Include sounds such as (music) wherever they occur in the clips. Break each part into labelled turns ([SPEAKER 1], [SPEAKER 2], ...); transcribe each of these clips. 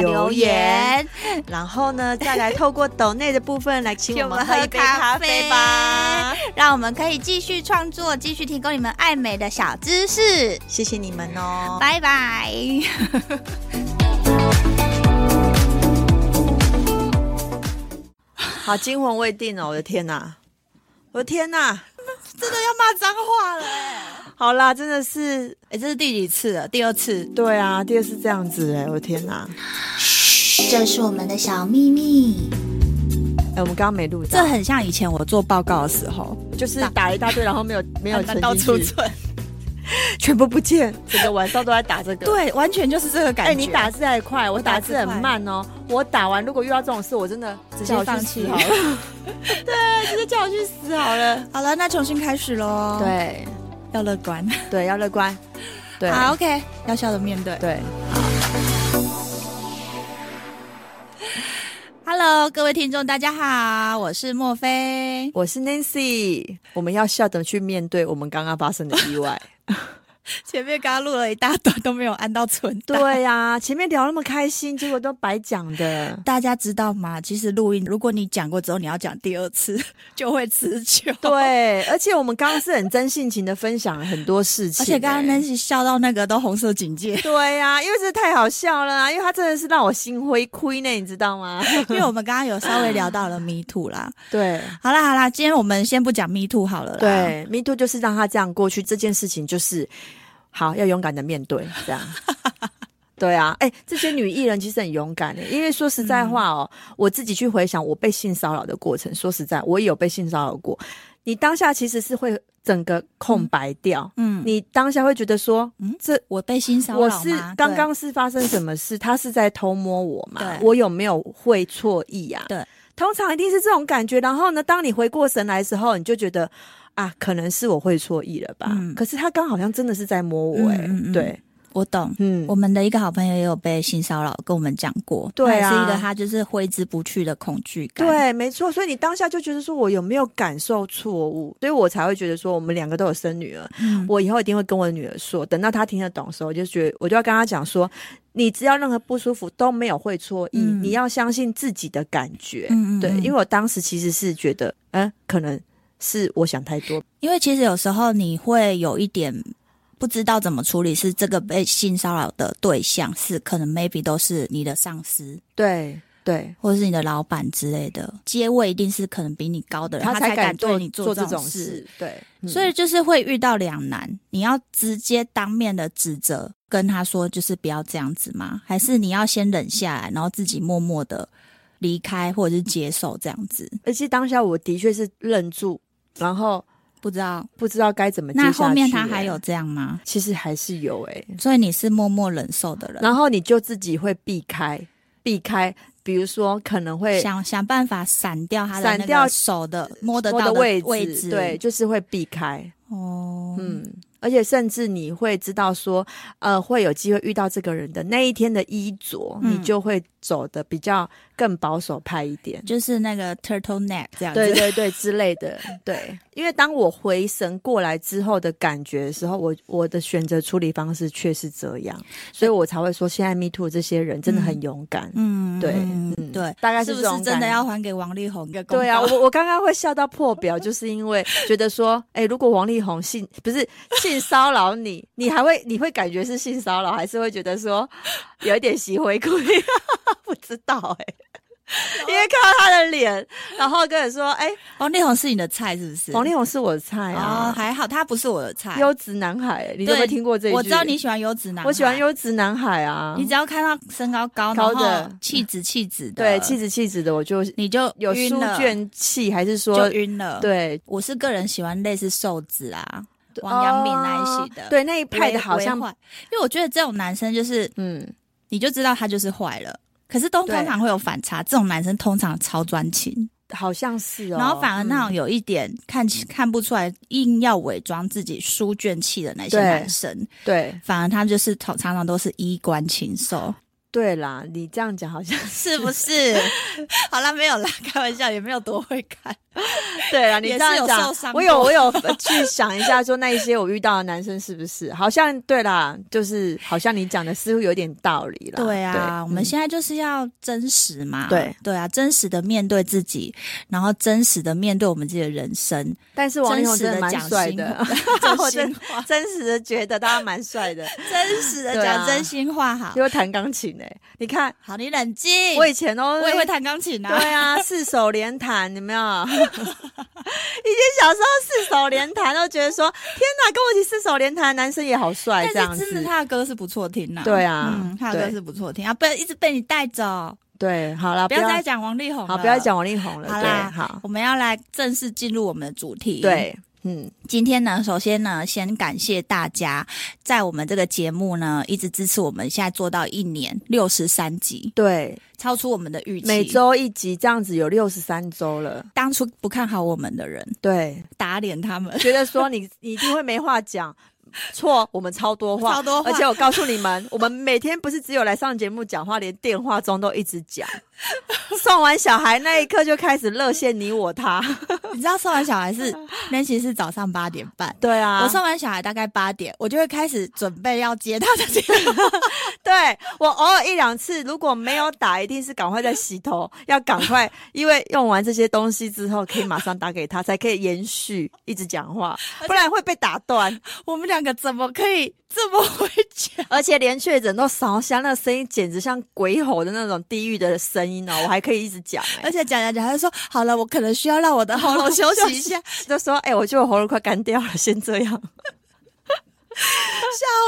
[SPEAKER 1] 留言，。然后呢，再来透过抖内的部分来请
[SPEAKER 2] 请
[SPEAKER 1] 我
[SPEAKER 2] 我
[SPEAKER 1] 们
[SPEAKER 2] 们
[SPEAKER 1] 喝
[SPEAKER 2] 喝
[SPEAKER 1] 一
[SPEAKER 2] 一
[SPEAKER 1] 杯
[SPEAKER 2] 杯
[SPEAKER 1] 咖
[SPEAKER 2] 咖
[SPEAKER 1] 啡
[SPEAKER 2] 啡
[SPEAKER 1] 吧。
[SPEAKER 2] 让我们可以继续创作，继续提供你们爱美的小知识。
[SPEAKER 1] 谢谢你们哦。
[SPEAKER 2] (laughs) 拜拜。
[SPEAKER 1] 好，惊魂未定哦，我的天哪，我的天哪！
[SPEAKER 2] 真的要骂脏话了、
[SPEAKER 1] 好啦，真的是，
[SPEAKER 2] 哎、这是第几次了？第二次。
[SPEAKER 1] 对啊，第二次这样子哎，我的天哪！
[SPEAKER 2] 这是我们的小秘密。
[SPEAKER 1] 哎，我们刚刚没录
[SPEAKER 3] 这
[SPEAKER 1] 到，
[SPEAKER 3] 很像以前我做报告的时候，
[SPEAKER 1] 就是打一大 (laughs) 堆，然后没有没有存
[SPEAKER 3] 到
[SPEAKER 1] 进
[SPEAKER 3] 处
[SPEAKER 1] 去，
[SPEAKER 3] 存，
[SPEAKER 1] (laughs) 全部不见，整个晚上都在打这
[SPEAKER 3] (laughs)
[SPEAKER 1] 个。
[SPEAKER 3] 对，完全就是这个感
[SPEAKER 1] 哎、
[SPEAKER 3] 觉。
[SPEAKER 1] 你打字还快，我打
[SPEAKER 3] 打
[SPEAKER 1] 字
[SPEAKER 3] 字
[SPEAKER 1] 很
[SPEAKER 3] 快
[SPEAKER 1] 慢哦。我打完如果遇到这种事，我真的直
[SPEAKER 3] 接放弃
[SPEAKER 1] 好 (laughs) 了。对，直接叫我去死好了。
[SPEAKER 3] (laughs) 好了，那重新开始喽。，
[SPEAKER 1] (laughs) 对
[SPEAKER 3] 要乐观，
[SPEAKER 1] 对，要乐观。对
[SPEAKER 3] 好，OK，要笑着面对。
[SPEAKER 1] 对，
[SPEAKER 3] Hello，各位听众，大家好，我是莫菲。
[SPEAKER 1] 我是 Nancy，我们要笑着去面对我们刚刚发生的意外。
[SPEAKER 3] 前面刚刚录了一大段都没有按到存档，
[SPEAKER 1] (laughs) 对呀、前面聊那么开心，结果都白讲 (laughs) 的。
[SPEAKER 3] 大家知道吗？其实录音，如果你讲过之后，你要讲第二次 (laughs) 就会持久。，
[SPEAKER 1] 对，而且我们刚刚是很真性情的分享了很多事 (laughs) 情、
[SPEAKER 3] 而且刚刚
[SPEAKER 1] 哎，
[SPEAKER 3] Nancy 笑到那个都红色警戒 (laughs)
[SPEAKER 1] (laughs) 对呀、因为这太好笑了啊！因为他真的是让我心灰灰呢，你知道吗？
[SPEAKER 3] 因为我们刚刚有稍微聊到了 Me Too 啦。
[SPEAKER 1] (laughs) 对，
[SPEAKER 3] 好啦好啦，今天我们先不讲 Me Too 好了啦。
[SPEAKER 1] (laughs) 对，Me 啊 Too 就是让他这样过去，这件事情就是好要勇敢的面对，这 (laughs) 样。对啊，哎、这些女艺人其实很勇敢的，因为说实在话哦，我自己去回想我被性骚扰的过程，说实在，我也有被性骚扰过。你当下其实是会整个空白掉，
[SPEAKER 3] 嗯，
[SPEAKER 1] 你当下会觉得说，嗯
[SPEAKER 3] 嗯，
[SPEAKER 1] 这
[SPEAKER 3] 我被欣赏，
[SPEAKER 1] 我是刚刚是发生什么事？他是在偷摸我嘛？我有没有会错意啊？
[SPEAKER 3] 对，
[SPEAKER 1] 通常一定是这种感觉。然后呢，当你回过神来的时候，你就觉得啊，可能是我会错意了吧？
[SPEAKER 3] 嗯
[SPEAKER 1] 可是他刚好像真的是在摸我、欸，哎、
[SPEAKER 3] 嗯嗯嗯
[SPEAKER 1] 对，
[SPEAKER 3] 我懂。
[SPEAKER 1] 嗯
[SPEAKER 3] 我，们的一个好朋友也有被性骚扰，跟我们讲过，
[SPEAKER 1] 对啊
[SPEAKER 3] 那也是一个他就是挥之不去的恐惧感。，
[SPEAKER 1] 对，没错。所以你当下就觉得说我有没有感受错误？所以我才会觉得说我们两个都有生女儿，
[SPEAKER 3] 嗯，
[SPEAKER 1] 我以后一定会跟我女儿说，等到她听得懂的时候，我就觉得我就要跟她讲说，你只要任何不舒服都没有会错意，
[SPEAKER 3] 嗯
[SPEAKER 1] 你要相信自己的感觉。
[SPEAKER 3] 嗯嗯
[SPEAKER 1] 对，
[SPEAKER 3] 嗯
[SPEAKER 1] 因为我当时其实是觉得，嗯，可能是我想太多。
[SPEAKER 3] 因为其实有时候你会有一点不知道怎么处理，是这个被性骚扰的对象是可能 maybe 都是你的上司。
[SPEAKER 1] 对对，
[SPEAKER 3] 或者是你的老板之类的，阶位一定是可能比你高的人，他
[SPEAKER 1] 才
[SPEAKER 3] 敢
[SPEAKER 1] 做
[SPEAKER 3] 对你
[SPEAKER 1] 做
[SPEAKER 3] 这
[SPEAKER 1] 种
[SPEAKER 3] 事。。嗯
[SPEAKER 1] 对，
[SPEAKER 3] 所以就是会遇到两难，你要直接当面的指责，跟他说就是不要这样子吗？还是你要先忍下来，然后自己默默的离开或者是接受这样子？
[SPEAKER 1] 而且当下我的确是愣住，然后
[SPEAKER 3] 不知道。
[SPEAKER 1] 不知道该怎么接
[SPEAKER 3] 那
[SPEAKER 1] 下
[SPEAKER 3] 后面
[SPEAKER 1] 去
[SPEAKER 3] 他还
[SPEAKER 1] 欸
[SPEAKER 3] 有，这样吗？
[SPEAKER 1] 其实还是有哎、
[SPEAKER 3] 所以你是默默忍受的人，
[SPEAKER 1] 然后你就自己会避开，避开，比如说可能会
[SPEAKER 3] 想想办法闪掉他的
[SPEAKER 1] 闪
[SPEAKER 3] 那
[SPEAKER 1] 掉
[SPEAKER 3] 个手的摸得
[SPEAKER 1] 摸
[SPEAKER 3] 到
[SPEAKER 1] 的
[SPEAKER 3] 的
[SPEAKER 1] 位
[SPEAKER 3] 位
[SPEAKER 1] 置，对，，就是会避开，
[SPEAKER 3] 哦，
[SPEAKER 1] 嗯，而且甚至你会知道说，呃，会有机会遇到这个人的那一天的衣着，
[SPEAKER 3] 嗯
[SPEAKER 1] 你就会走的比较更保守派一点，
[SPEAKER 3] 就是那个 turtle neck 这样子，
[SPEAKER 1] 对对对之类的， (laughs) 对，因为当我回神过来之后的感觉的时候，我我的选择处理方式却是这样，所以我才会说，现在 Me Too 这些人真的很勇敢，
[SPEAKER 3] 嗯，
[SPEAKER 1] 对
[SPEAKER 3] 嗯
[SPEAKER 1] 嗯
[SPEAKER 3] 对，
[SPEAKER 1] 大概是
[SPEAKER 3] 是不
[SPEAKER 1] 这种
[SPEAKER 3] 是真
[SPEAKER 1] 感觉
[SPEAKER 3] 的要还给王力宏一个公道？
[SPEAKER 1] 对啊，我我刚刚会笑到破表，就是因为觉得说，哎、如果王力宏性不是性骚扰你，你还会你会感觉是性骚扰，还是会觉得说有一点洗回归？ (laughs) 不知道哎、
[SPEAKER 3] 啊
[SPEAKER 1] 因为看到他的脸，然后跟你说，哎、
[SPEAKER 3] 王力宏是你的菜是不是？
[SPEAKER 1] 王力宏是我的菜
[SPEAKER 3] 哦
[SPEAKER 1] 啊，，
[SPEAKER 3] 还好他不是我的菜。
[SPEAKER 1] 优质男孩、欸你有没有
[SPEAKER 3] 对
[SPEAKER 1] 听过这一句？
[SPEAKER 3] 我知道你喜欢优质男，
[SPEAKER 1] 我喜欢。优质男孩啊，
[SPEAKER 3] 你只要看到身高高、
[SPEAKER 1] 高
[SPEAKER 3] 然
[SPEAKER 1] 的
[SPEAKER 3] 后气质气质的，
[SPEAKER 1] 对气质气质的，我就
[SPEAKER 3] 你就
[SPEAKER 1] 有
[SPEAKER 3] 晕
[SPEAKER 1] 书
[SPEAKER 3] 了
[SPEAKER 1] 卷气，还是说
[SPEAKER 3] 就晕了。，
[SPEAKER 1] 对
[SPEAKER 3] 我是个人喜欢类似瘦子啊、王阳明那一系的，
[SPEAKER 1] 哦对那
[SPEAKER 3] 微，
[SPEAKER 1] 一派的好像
[SPEAKER 3] 微坏，因为我觉得这种男生就是
[SPEAKER 1] 嗯。
[SPEAKER 3] 你就知道他就是坏了，可是都
[SPEAKER 1] 对
[SPEAKER 3] 通常会有反差，这种男生通常超专情。
[SPEAKER 1] 好像是哦。
[SPEAKER 3] 然后反而那
[SPEAKER 1] 嗯
[SPEAKER 3] 种有一点看起看不出来，硬要伪装自己书卷气的那些
[SPEAKER 1] 对
[SPEAKER 3] 男生，
[SPEAKER 1] 对
[SPEAKER 3] 反而他就是常常常都是衣冠禽兽，
[SPEAKER 1] 对啦，你这样讲
[SPEAKER 3] (laughs)
[SPEAKER 1] 好像
[SPEAKER 3] 是不是？好啦，没有啦，开玩笑，也没有多会看。
[SPEAKER 1] 对啊，你
[SPEAKER 3] 也
[SPEAKER 1] 这
[SPEAKER 3] 是有
[SPEAKER 1] 样
[SPEAKER 3] 受伤
[SPEAKER 1] 讲，我
[SPEAKER 3] 过
[SPEAKER 1] 有我有去想一下，说那一些我遇到的男生是不是？ (laughs) 好像对啦，就是好像你讲的似乎有点道理啦。
[SPEAKER 3] 对啊，我们
[SPEAKER 1] 嗯
[SPEAKER 3] 现在就是要真实嘛，
[SPEAKER 1] 对
[SPEAKER 3] 对啊，真实的面对自己，然后真实的面对我们自己的人生，
[SPEAKER 1] 但是王力宏
[SPEAKER 3] 真实地
[SPEAKER 1] 真的蛮
[SPEAKER 3] 讲
[SPEAKER 1] 帅
[SPEAKER 3] 心
[SPEAKER 1] 的，
[SPEAKER 3] 真
[SPEAKER 1] (laughs) 我
[SPEAKER 3] 心
[SPEAKER 1] 真
[SPEAKER 3] 话，
[SPEAKER 1] 真实的觉得他蛮帅的，
[SPEAKER 3] 真实的
[SPEAKER 1] 对啊
[SPEAKER 3] 讲真心话， (laughs) 好，
[SPEAKER 1] 又弹钢琴哎、你看
[SPEAKER 3] 好，你冷静。
[SPEAKER 1] 我以前哦，
[SPEAKER 3] 我也会弹钢琴啊，
[SPEAKER 1] 对啊，四手联弹，有没有？ (laughs) 以前小时候四手联弹，都觉得说天哪，跟我一起四手联弹的男生也好帅，这样
[SPEAKER 3] 但是真的
[SPEAKER 1] 子。
[SPEAKER 3] 他的歌是不错听呐、
[SPEAKER 1] 对啊
[SPEAKER 3] 嗯，他的歌
[SPEAKER 1] 对
[SPEAKER 3] 是不错听啊，不要一直被你带走，
[SPEAKER 1] 对，好了，
[SPEAKER 3] 不要再讲王力宏了，
[SPEAKER 1] 好，不要再讲王力宏了。
[SPEAKER 3] 好
[SPEAKER 1] 对
[SPEAKER 3] 啦，
[SPEAKER 1] 好，
[SPEAKER 3] 我们要来正式进入我们的主题。，
[SPEAKER 1] 对，嗯，
[SPEAKER 3] 今天呢，首先呢，先感谢大家在我们这个节目呢一直支持我们，现在做到一年六十三集，
[SPEAKER 1] 对，
[SPEAKER 3] 超出我们的预期。
[SPEAKER 1] 每周一集这样子有六十三周了。
[SPEAKER 3] 当初不看好我们的人， (laughs)
[SPEAKER 1] 对，，
[SPEAKER 3] 打脸他们
[SPEAKER 1] 觉得说你你一定会没话讲。错，我们超多话，
[SPEAKER 3] 超多话
[SPEAKER 1] 而且我告诉你们，我们每天不是只有来上节目讲话，连电话中都一直
[SPEAKER 3] (laughs)
[SPEAKER 1] 讲。送完小孩那一刻就开始热线你我他。
[SPEAKER 3] 你知道生完小孩
[SPEAKER 1] (laughs)
[SPEAKER 3] 是 Nancy 是早上八点半。
[SPEAKER 1] 对啊，
[SPEAKER 3] 我送完小孩大概八点，我就会开始准备要接他的电
[SPEAKER 1] (laughs)
[SPEAKER 3] 话。
[SPEAKER 1] 对我偶尔一两次，如果没有打，一定是赶快在洗头，要赶快，因为用完这些东西之后，可以马上打给他，才可以延续一直讲话，不然会被打
[SPEAKER 3] (laughs)
[SPEAKER 1] 断。
[SPEAKER 3] 我们两个怎么可以这么会讲？
[SPEAKER 1] 而且连确诊都烧香，那声音简直像鬼吼的那种地狱的声音哦，我还可以一直讲、欸，
[SPEAKER 3] 而且讲讲讲，他就说好了，我可能需要让我的喉咙休息一下。
[SPEAKER 1] (laughs) 就说哎、我觉得我喉咙快干掉了，先这样。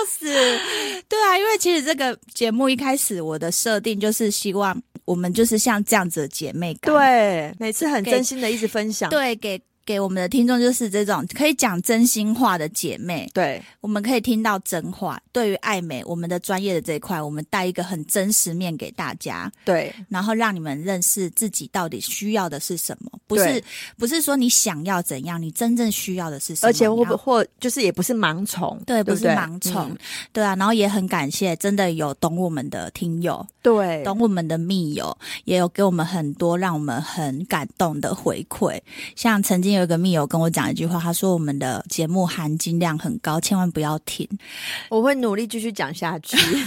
[SPEAKER 3] 是， (laughs) 对啊，因为其实这个节目一开始我的设定就是希望我们就是像这样子的姐妹感，
[SPEAKER 1] 对，啊每次很
[SPEAKER 3] 给
[SPEAKER 1] 真心的一直分享。
[SPEAKER 3] 对，给给我们的听众就是这种可以讲真心话的姐妹，
[SPEAKER 1] 对
[SPEAKER 3] 我们可以听到真话。对于爱美，我们的专业的这一块，我们带一个很真实面给大家，
[SPEAKER 1] 对
[SPEAKER 3] 然后让你们认识自己到底需要的是什么，不是
[SPEAKER 1] 对
[SPEAKER 3] 不是说你想要怎样，你真正需要的是什么，
[SPEAKER 1] 而且
[SPEAKER 3] 你
[SPEAKER 1] 或
[SPEAKER 3] 要
[SPEAKER 1] 或就是也不是盲从，
[SPEAKER 3] 对，
[SPEAKER 1] 不
[SPEAKER 3] 不是
[SPEAKER 1] 对
[SPEAKER 3] 盲从，
[SPEAKER 1] 嗯
[SPEAKER 3] 对啊，然后也很感谢，真的有懂我们的听友，
[SPEAKER 1] 对，
[SPEAKER 3] 懂我们的密友，也有给我们很多让我们很感动的回馈。像曾经有一个密友跟我讲一句话，他说我们的节目含金量很高，千万不要停。 (laughs)
[SPEAKER 1] 我会努力继续讲下去。 (laughs)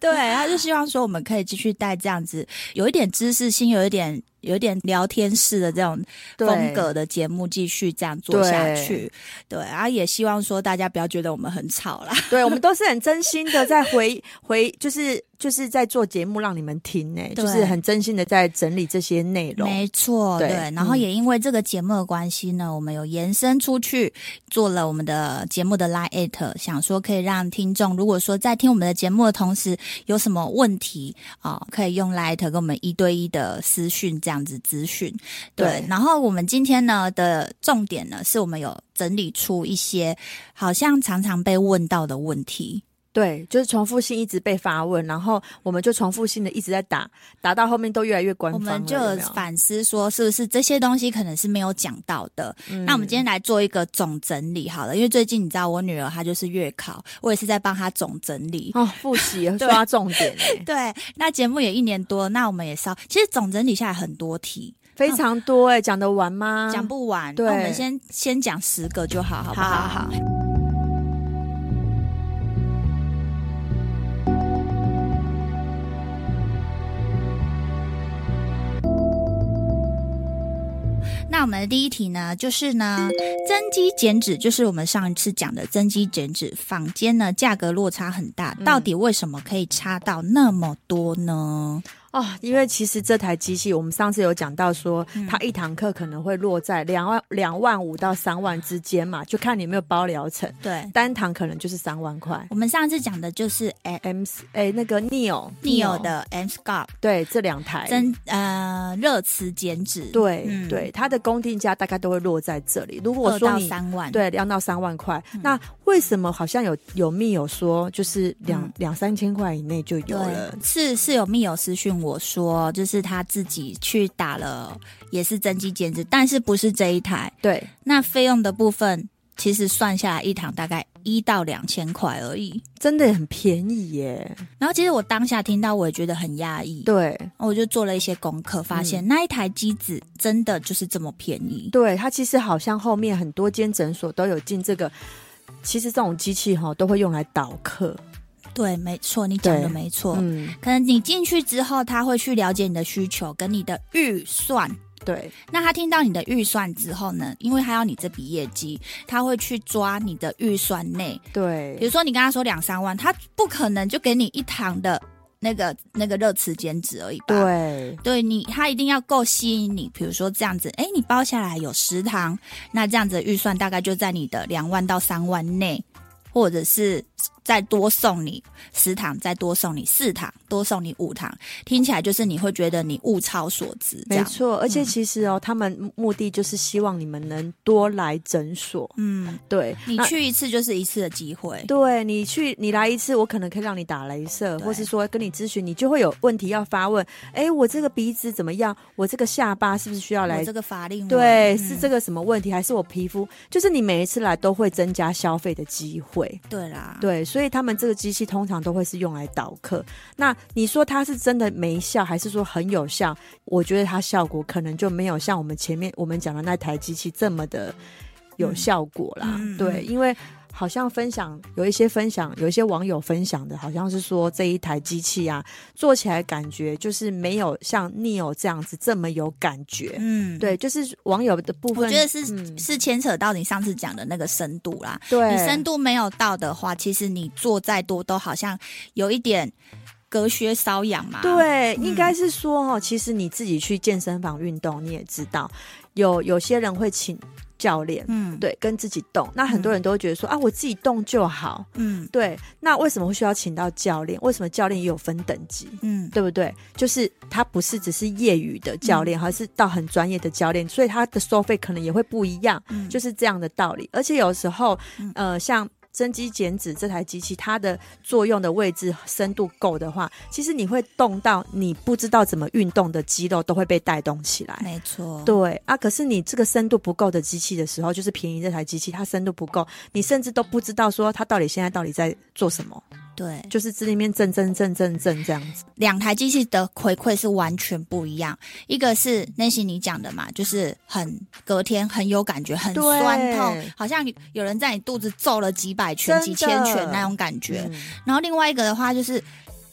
[SPEAKER 3] 对，他就希望说我们可以继续带这样子，有一点知识性，有一点有一点聊天式的这种
[SPEAKER 1] 对
[SPEAKER 3] 风格的节目，继续这样做下去。对，然后也希望说大家不要觉得我们很吵啦。
[SPEAKER 1] 对，我们都是很真心的在回回，就是就是在做节目让你们听呢、
[SPEAKER 3] 对
[SPEAKER 1] 就是很真心的在整理这些内容。
[SPEAKER 3] 没错，
[SPEAKER 1] 对
[SPEAKER 3] 对。然后
[SPEAKER 1] 嗯
[SPEAKER 3] 也因为这个节目的关系呢，我们有延伸出去做了我们的节目的 Line at，想说可以让听众，如果说在听我们的节目的同时有什么问题啊、哦可以用 Line at 跟我们一对一的私讯这样子咨询。对。
[SPEAKER 1] 对
[SPEAKER 3] 然后我们今天呢的重点呢，是我们有整理出一些好像常常被问到的问题。
[SPEAKER 1] 对，就是重复性一直被发问，然后我们就重复性的一直在打，打到后面都越来越官
[SPEAKER 3] 我
[SPEAKER 1] 方了。
[SPEAKER 3] 们就
[SPEAKER 1] 有
[SPEAKER 3] 有
[SPEAKER 1] 没有
[SPEAKER 3] 反思说，是不是这些东西可能是没有讲到的？
[SPEAKER 1] 嗯
[SPEAKER 3] 那我们今天来做一个总整理好了，因为最近你知道我女儿她就是月考，我也是在帮她总整理。
[SPEAKER 1] 哦，复习
[SPEAKER 3] (laughs)
[SPEAKER 1] 说到重点、欸，
[SPEAKER 3] 对，那节目也一年多，那我们也稍，其实总整理下来很多题，
[SPEAKER 1] 非常多哎、讲得完吗？
[SPEAKER 3] 讲不完。
[SPEAKER 1] 对
[SPEAKER 3] 那我们先先讲十个就好，好不
[SPEAKER 1] 好好好。
[SPEAKER 3] 那我们的第一题呢，就是呢，增肌减脂，就是我们上一次讲的增肌减脂，坊间呢价格落差很大，
[SPEAKER 1] 嗯
[SPEAKER 3] 到底为什么可以差到那么多呢？
[SPEAKER 1] 哦，因为其实这台机器，我们上次有讲到说，
[SPEAKER 3] 嗯
[SPEAKER 1] 它一堂课可能会落在两万两万五到三万之间嘛，就看你有没有包疗程，
[SPEAKER 3] 对，
[SPEAKER 1] 单堂可能就是三万块。
[SPEAKER 3] 我们上次讲的就是哎。
[SPEAKER 1] M 哎、那个 Neo
[SPEAKER 3] 你有的 M Scar
[SPEAKER 1] 对这两台
[SPEAKER 3] 增呃热磁减脂，
[SPEAKER 1] 对、
[SPEAKER 3] 嗯
[SPEAKER 1] 对，它的公定价大概都会落在这里。如果
[SPEAKER 3] 二
[SPEAKER 1] 说
[SPEAKER 3] 到
[SPEAKER 1] 你
[SPEAKER 3] 三万，嗯
[SPEAKER 1] 对两到三万块，那为什么好像有有密友说，就是两、
[SPEAKER 3] 嗯
[SPEAKER 1] 两三千块以内就有了？
[SPEAKER 3] 是是有密友私讯我说，就是他自己去打了，也是增肌减脂，但是不是这一台。
[SPEAKER 1] 对，
[SPEAKER 3] 那费用的部分，其实算下来一堂大概一到两千块而已。
[SPEAKER 1] 真的很便宜耶。
[SPEAKER 3] 然后其实我当下听到，我也觉得很压抑。
[SPEAKER 1] 对，嗯
[SPEAKER 3] 我就做了一些功课，发现那一台机子真的就是这么便宜。
[SPEAKER 1] 对，它其实好像后面很多间诊所都有进这个。其实这种机器哈都会用来导客，
[SPEAKER 3] 对，没错，你讲的
[SPEAKER 1] 对
[SPEAKER 3] 没错。
[SPEAKER 1] 嗯，
[SPEAKER 3] 可能你进去之后，他会去了解你的需求跟你的预算。
[SPEAKER 1] 对，
[SPEAKER 3] 那他听到你的预算之后呢？因为他要你这笔业绩，他会去抓你的预算内。比
[SPEAKER 1] 对，
[SPEAKER 3] 如说你跟他说两三万，他不可能就给你一堂的那个那个热词减脂而已吧？，
[SPEAKER 1] 对，
[SPEAKER 3] 对你，他一定要够吸引你。比如说这样子，哎，你包下来有十堂，那这样子的预算大概就在你的两万到三万内，或者是再多送你十堂，再多送你四堂，多送你五堂，听起来就是你会觉得你物超所值，这
[SPEAKER 1] 没
[SPEAKER 3] 样。嗯
[SPEAKER 1] 错。而且其实哦，他们目的就是希望你们能多来诊所，
[SPEAKER 3] 嗯，
[SPEAKER 1] 对，
[SPEAKER 3] (laughs) 你
[SPEAKER 1] 那
[SPEAKER 3] 去一次就是一次的机会。
[SPEAKER 1] 对你去，你来一次，我可能可以让你打镭射，
[SPEAKER 3] 对
[SPEAKER 1] 或是说跟你咨询，你就会有问题要发问。哎，我这个鼻子怎么样？我这个下巴是不是需要来？
[SPEAKER 3] 我这个法令纹
[SPEAKER 1] 对，
[SPEAKER 3] 嗯
[SPEAKER 1] 是这个什么问题？还是我皮肤？就是你每一次来都会增加消费的机会。
[SPEAKER 3] 对啦，
[SPEAKER 1] 对，所以他们这个机器通常都会是用来导客。那你说它是真的没效，还是说很有效？我觉得它效果可能就没有像我们前面我们讲的那台机器这么的有效果啦。
[SPEAKER 3] 嗯嗯
[SPEAKER 1] 对，
[SPEAKER 3] 嗯
[SPEAKER 1] 因为好像分享有一些分享，有一些网友分享的，好像是说这一台机器啊，做起来感觉就是没有像 Neo 这样子这么有感觉。
[SPEAKER 3] 嗯，
[SPEAKER 1] 对，就是网友的部分，
[SPEAKER 3] 我觉得是、
[SPEAKER 1] 嗯
[SPEAKER 3] 是牵扯到你上次讲的那个深度啦。
[SPEAKER 1] 对
[SPEAKER 3] 你深度没有到的话，其实你做再多都好像有一点隔靴搔痒嘛。，
[SPEAKER 1] 对，应该是说哦，其实你自己去健身房运动，你也知道，有有些人会请教练，
[SPEAKER 3] 嗯，，
[SPEAKER 1] 对，跟自己动。那很多人都会觉得说、啊，我自己动就好。
[SPEAKER 3] 嗯
[SPEAKER 1] 对，那为什么会需要请到教练？为什么教练也有分等级？
[SPEAKER 3] 嗯，
[SPEAKER 1] 对不对？就是他不是只是业余的教练，而是到很专业的教练，所以他的收费可能也会不一样，
[SPEAKER 3] 嗯
[SPEAKER 1] 就是这样的道理。而且有时候，呃，像增肌减脂这台机器，它的作用的位置深度够的话，其实你会动到你不知道怎么运动的肌肉都会被带动起来。
[SPEAKER 3] 没错，
[SPEAKER 1] 对啊，可是你这个深度不够的机器的时候，就是便宜这台机器，它深度不够，你甚至都不知道说它到底现在到底在做什么，
[SPEAKER 3] 对，
[SPEAKER 1] 就是这里面震震震震震这样子。
[SPEAKER 3] 两台机器的回馈是完全不一样。一个是那些你讲的嘛，就是很隔天很有感觉，很
[SPEAKER 1] 对
[SPEAKER 3] 酸痛，好像有人在你肚子揍了几百
[SPEAKER 1] 真
[SPEAKER 3] 拳、
[SPEAKER 1] 的
[SPEAKER 3] 几千拳那种感觉。
[SPEAKER 1] 嗯
[SPEAKER 3] 然后另外一个的话就是，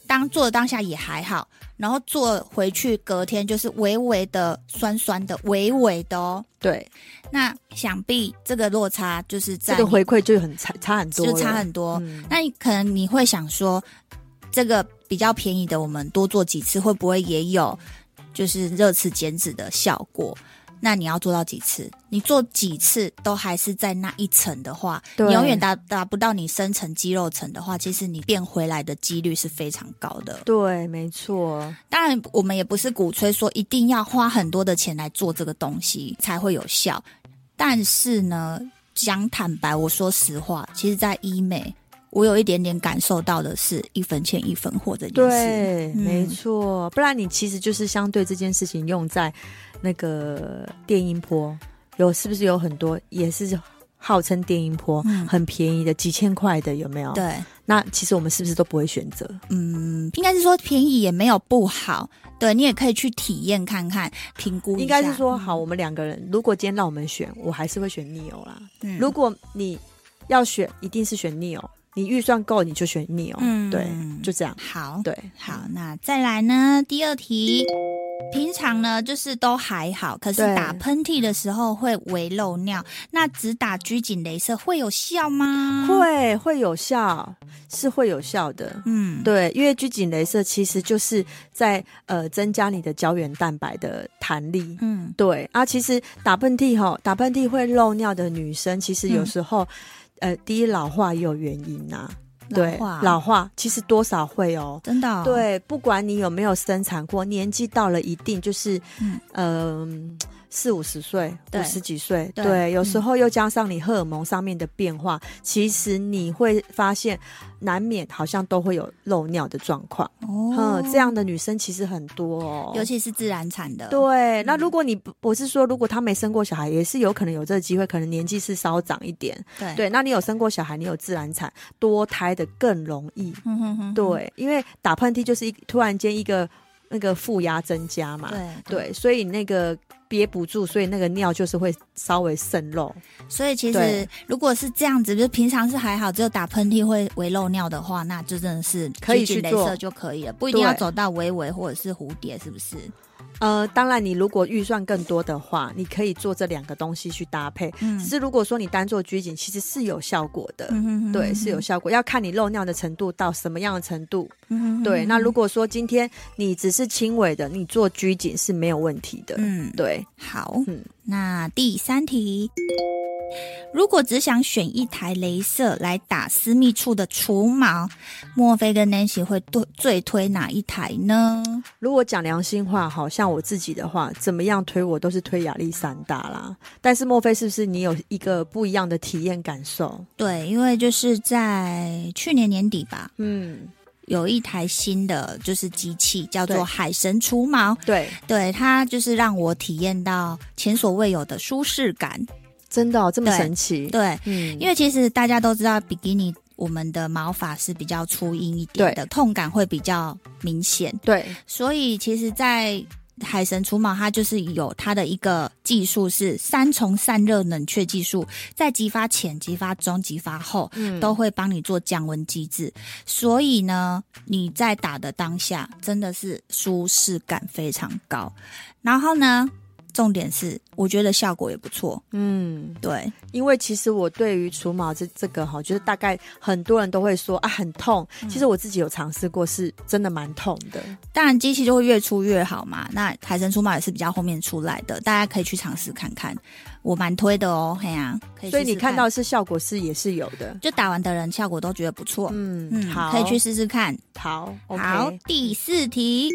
[SPEAKER 3] 当做的当下也还好，然后做回去隔天就是微微的酸酸的，微微的哦。
[SPEAKER 1] 对，
[SPEAKER 3] 那想必这个落差就是在
[SPEAKER 1] 这个
[SPEAKER 3] 你
[SPEAKER 1] 回馈就很差差很多了，
[SPEAKER 3] 就差很多。
[SPEAKER 1] 嗯
[SPEAKER 3] 那你可能你会想说，这个比较便宜的，我们多做几次会不会也有就是热刺减脂的效果？那你要做到几次？你做几次都还是在那一层的话，
[SPEAKER 1] 对
[SPEAKER 3] 你永远达达不到你深层肌肉层的话，其实你变回来的几率是非常高的。
[SPEAKER 1] 对，没错，
[SPEAKER 3] 当然，我们也不是鼓吹说一定要花很多的钱来做这个东西才会有效，但是呢，讲坦白，我说实话，其实，在医美，我有一点点感受到的是一分钱一分货这件事。
[SPEAKER 1] 对，
[SPEAKER 3] 嗯
[SPEAKER 1] 没错。不然你其实就是相对这件事情用在那个电音波，有是不是有很多也是号称电音波、
[SPEAKER 3] 嗯
[SPEAKER 1] 很便宜的几千块的有没有？
[SPEAKER 3] 对，
[SPEAKER 1] 那其实我们是不是都不会选择？
[SPEAKER 3] 嗯，应该是说便宜也没有不好，对嗯你也可以去体验看看，评估一下
[SPEAKER 1] 应该是说，好，我们两个人如果今天让我们选，我还是会选 Neo 啦。
[SPEAKER 3] 嗯
[SPEAKER 1] 如果你要选，一定是选 Neo。你预算够你就选 Neo，、
[SPEAKER 3] 嗯
[SPEAKER 1] 对，就这样，
[SPEAKER 3] 好，
[SPEAKER 1] 对，
[SPEAKER 3] 好，那再来呢？第二题，平常呢就是都还好，可是
[SPEAKER 1] 对
[SPEAKER 3] 打喷嚏的时候会微漏尿，那只打拘谨镭射会有效吗？，
[SPEAKER 1] 会会有效，是会有效的。
[SPEAKER 3] 嗯，
[SPEAKER 1] 对，因为拘谨镭射其实就是在呃增加你的胶原蛋白的弹力。
[SPEAKER 3] 嗯，
[SPEAKER 1] 对啊，其实打喷嚏哈，打喷嚏会漏尿的女生，其实有
[SPEAKER 3] 嗯
[SPEAKER 1] 时候、呃，第一老化也有原因呐、对，
[SPEAKER 3] 老化
[SPEAKER 1] 老化其实多少会哦。
[SPEAKER 3] 真的、哦，，
[SPEAKER 1] 对，不管你有没有生产过，年纪到了一定就是，
[SPEAKER 3] 嗯
[SPEAKER 1] 嗯、四五十岁、
[SPEAKER 3] 对
[SPEAKER 1] 五十几岁，
[SPEAKER 3] 对
[SPEAKER 1] 对，有时候又加上你荷尔蒙上面的变化，其实你会发现，难免好像都会有漏尿的状况。
[SPEAKER 3] 哦
[SPEAKER 1] 嗯，这样的女生其实很多哦，
[SPEAKER 3] 尤其是自然产的，
[SPEAKER 1] 对，
[SPEAKER 3] 嗯
[SPEAKER 1] 那如果你不，我是说，如果她没生过小孩，也是有可能有这个机会，可能年纪是稍长一点。
[SPEAKER 3] 对，
[SPEAKER 1] 对，那你有生过小孩，你有自然产，多胎的更容易。
[SPEAKER 3] 嗯哼哼，
[SPEAKER 1] 对，因为打喷嚏就是一突然间一个那个负压增加嘛，
[SPEAKER 3] 对对，
[SPEAKER 1] 对，所以那个憋不住，所以那个尿就是会稍微渗漏。
[SPEAKER 3] 所以其实
[SPEAKER 1] 对
[SPEAKER 3] 如果是这样子，就是平常是还好，只有打喷嚏会微漏尿的话，那就真的是
[SPEAKER 1] 可以
[SPEAKER 3] 去
[SPEAKER 1] 去
[SPEAKER 3] 镭
[SPEAKER 1] 做
[SPEAKER 3] 射就可以了，不一定要
[SPEAKER 1] 对
[SPEAKER 3] 走到微微或者是蝴蝶，是不是？
[SPEAKER 1] 呃，当然，你如果预算更多的话，你可以做这两个东西去搭配。
[SPEAKER 3] 嗯
[SPEAKER 1] 只是如果说你单做拘谨，其实是有效果的。
[SPEAKER 3] 嗯哼哼
[SPEAKER 1] 对，是有，效果，要看你漏尿的程度到什么样的程度。
[SPEAKER 3] 嗯哼哼
[SPEAKER 1] 对，那如果说今天你只是轻微的，你做拘谨是没有问题的。
[SPEAKER 3] 嗯，
[SPEAKER 1] 对，
[SPEAKER 3] 好，
[SPEAKER 1] 嗯
[SPEAKER 3] 那第三题，如果只想选一台镭射来打私密处的除毛，莫非跟 Nancy 会对最推哪一台呢？
[SPEAKER 1] 如果讲良心话，好像我自己的话，怎么样推我都是推亚历山大啦。但是莫非是不是你有一个不一样的体验感受？
[SPEAKER 3] 对，因为就是在去年年底吧，
[SPEAKER 1] 嗯，
[SPEAKER 3] 有一台新的就是机器叫做
[SPEAKER 1] 对
[SPEAKER 3] 海神除毛，
[SPEAKER 1] 对，
[SPEAKER 3] 对它就是让我体验到前所未有的舒适感。
[SPEAKER 1] 真的、哦、这么
[SPEAKER 3] 对
[SPEAKER 1] 神奇？
[SPEAKER 3] 对，
[SPEAKER 1] 嗯，
[SPEAKER 3] 因为其实大家都知道比基尼。我们的毛发是比较粗硬一点的，痛感会比较明显。
[SPEAKER 1] 对
[SPEAKER 3] 所以其实，在海神除毛，它就是有它的一个技术是三重散热冷却技术，在激发前、激发中、激发后，
[SPEAKER 1] 嗯
[SPEAKER 3] 都会帮你做降温机制。所以呢，你在打的当下，真的是舒适感非常高。然后呢，重点是，我觉得效果也不错。
[SPEAKER 1] 嗯，
[SPEAKER 3] 对，
[SPEAKER 1] 因为其实我对于除毛这这个哈，就是大概很多人都会说啊很痛，
[SPEAKER 3] 嗯
[SPEAKER 1] 其实我自己有尝试过，是真的蛮痛的。
[SPEAKER 3] 当然机器就会越出越好嘛。那海神除毛也是比较后面出来的，大家可以去尝试看看，我蛮推的哦。嘿呀、可以试试
[SPEAKER 1] 所以你看到是效果是也是有的。
[SPEAKER 3] 就打完的人效果都觉得不错。
[SPEAKER 1] 嗯，
[SPEAKER 3] 嗯，
[SPEAKER 1] 好，
[SPEAKER 3] 可以去试试看。
[SPEAKER 1] 好，OK，
[SPEAKER 3] 好，第四题，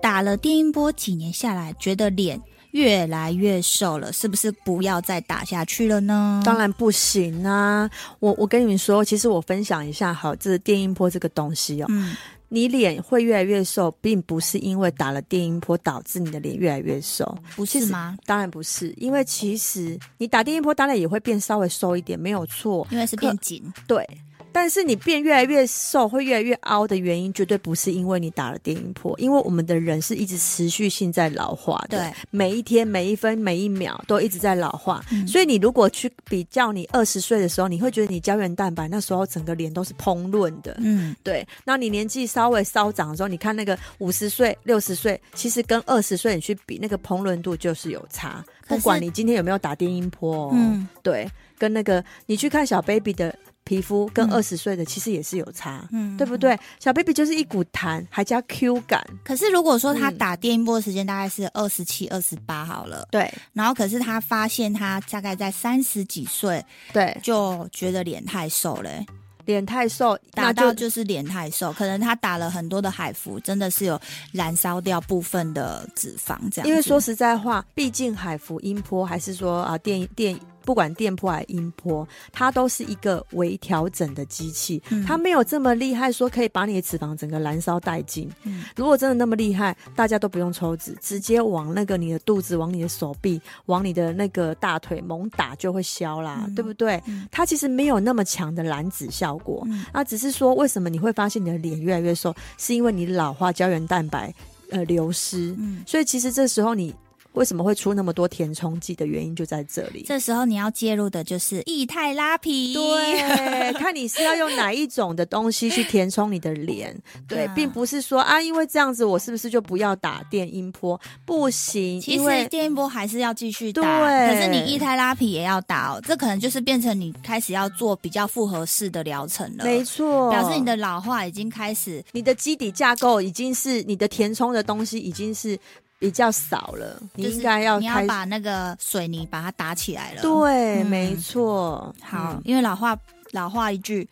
[SPEAKER 3] 打了电音波几年下来，觉得脸越来越瘦了，是不是不要再打下去了呢？
[SPEAKER 1] 当然不行啊！我我跟你们说，其实我分享一下，好，这电音波这个东西哦，
[SPEAKER 3] 嗯，
[SPEAKER 1] 你脸会越来越瘦，并不是因为打了电音波导致你的脸越来越瘦，
[SPEAKER 3] 不是吗？
[SPEAKER 1] 当然不是，因为其实你打电音波当然也会变稍微瘦一点，没有错，
[SPEAKER 3] 因为是变紧，
[SPEAKER 1] 对。但是你变越来越瘦，会越来越凹的原因，绝对不是因为你打了电音波，因为我们的人是一直持续性在老化的，
[SPEAKER 3] 对，
[SPEAKER 1] 每一天、每一分、每一秒都一直在老化。所以你如果去比较你二十岁的时候，你会觉得你胶原蛋白那时候整个脸都是蓬润的，
[SPEAKER 3] 嗯，
[SPEAKER 1] 对，那你年纪稍微稍长的时候，你看那个五十岁、六十岁，其实跟二十岁你去比，那个蓬润度就是有差。
[SPEAKER 3] 可
[SPEAKER 1] 不
[SPEAKER 3] 是
[SPEAKER 1] 管你今天有没有打电音波、哦，
[SPEAKER 3] 嗯，
[SPEAKER 1] 对，跟那个你去看小 baby 的皮肤，跟
[SPEAKER 3] 嗯
[SPEAKER 1] 二十岁的其实也是有差，
[SPEAKER 3] 嗯
[SPEAKER 1] 对不对？小 baby 就是一股痰，还加 Q 感，
[SPEAKER 3] 可是如果说他
[SPEAKER 1] 嗯
[SPEAKER 3] 打电音波的时间大概是二十七、二十八好了，
[SPEAKER 1] 对
[SPEAKER 3] 然后可是他发现他大概在三十几岁
[SPEAKER 1] 对，
[SPEAKER 3] 就觉得脸太瘦了、欸
[SPEAKER 1] 脸太瘦，
[SPEAKER 3] 打
[SPEAKER 1] 那
[SPEAKER 3] 到
[SPEAKER 1] 就
[SPEAKER 3] 就是脸太瘦，可能他打了很多的海服，真的是有燃烧掉部分的脂肪这样子。
[SPEAKER 1] 因为说实在话，毕竟海服音波还是说啊电电。不管电波还是音波，它都是一个微调整的机器，
[SPEAKER 3] 嗯
[SPEAKER 1] 它没有这么厉害，说可以把你的脂肪整个燃烧殆尽。
[SPEAKER 3] 嗯
[SPEAKER 1] 如果真的那么厉害，大家都不用抽脂，直接往那个你的肚子、往你的手臂、往你的那个大腿猛打就会消啦，
[SPEAKER 3] 嗯
[SPEAKER 1] 对不对？
[SPEAKER 3] 嗯
[SPEAKER 1] 它其实没有那么强的燃脂效果，
[SPEAKER 3] 嗯
[SPEAKER 1] 那只是说为什么你会发现你的脸越来越瘦，是因为你老化胶原蛋白呃流失，
[SPEAKER 3] 嗯，
[SPEAKER 1] 所以其实这时候你为什么会出那么多填充剂的原因就在这里。
[SPEAKER 3] 这时候你要介入的就是液态拉皮，
[SPEAKER 1] 对，
[SPEAKER 3] (laughs)
[SPEAKER 1] 看你是要用哪一种的东西去填充你的脸，对
[SPEAKER 3] 啊，
[SPEAKER 1] 并不是说啊，因为这样子我是不是就不要打电音波？不行，
[SPEAKER 3] 其
[SPEAKER 1] 因
[SPEAKER 3] 实
[SPEAKER 1] 为
[SPEAKER 3] 电音波还是要继续打，
[SPEAKER 1] 对
[SPEAKER 3] 可是你液态拉皮也要打哦，这可能就是变成你开始要做比较复合式的疗程了，
[SPEAKER 1] 没错，
[SPEAKER 3] 表示你的老化已经开始
[SPEAKER 1] 你的基底架构已经是你的填充的东西已经是比较少了，你
[SPEAKER 3] 就是
[SPEAKER 1] 应该要
[SPEAKER 3] 你要
[SPEAKER 1] 开始。
[SPEAKER 3] 把那个水泥把它打起来了。，
[SPEAKER 1] 对，
[SPEAKER 3] 嗯
[SPEAKER 1] 没错，
[SPEAKER 3] 好，
[SPEAKER 1] 嗯
[SPEAKER 3] 因为老化老话一句，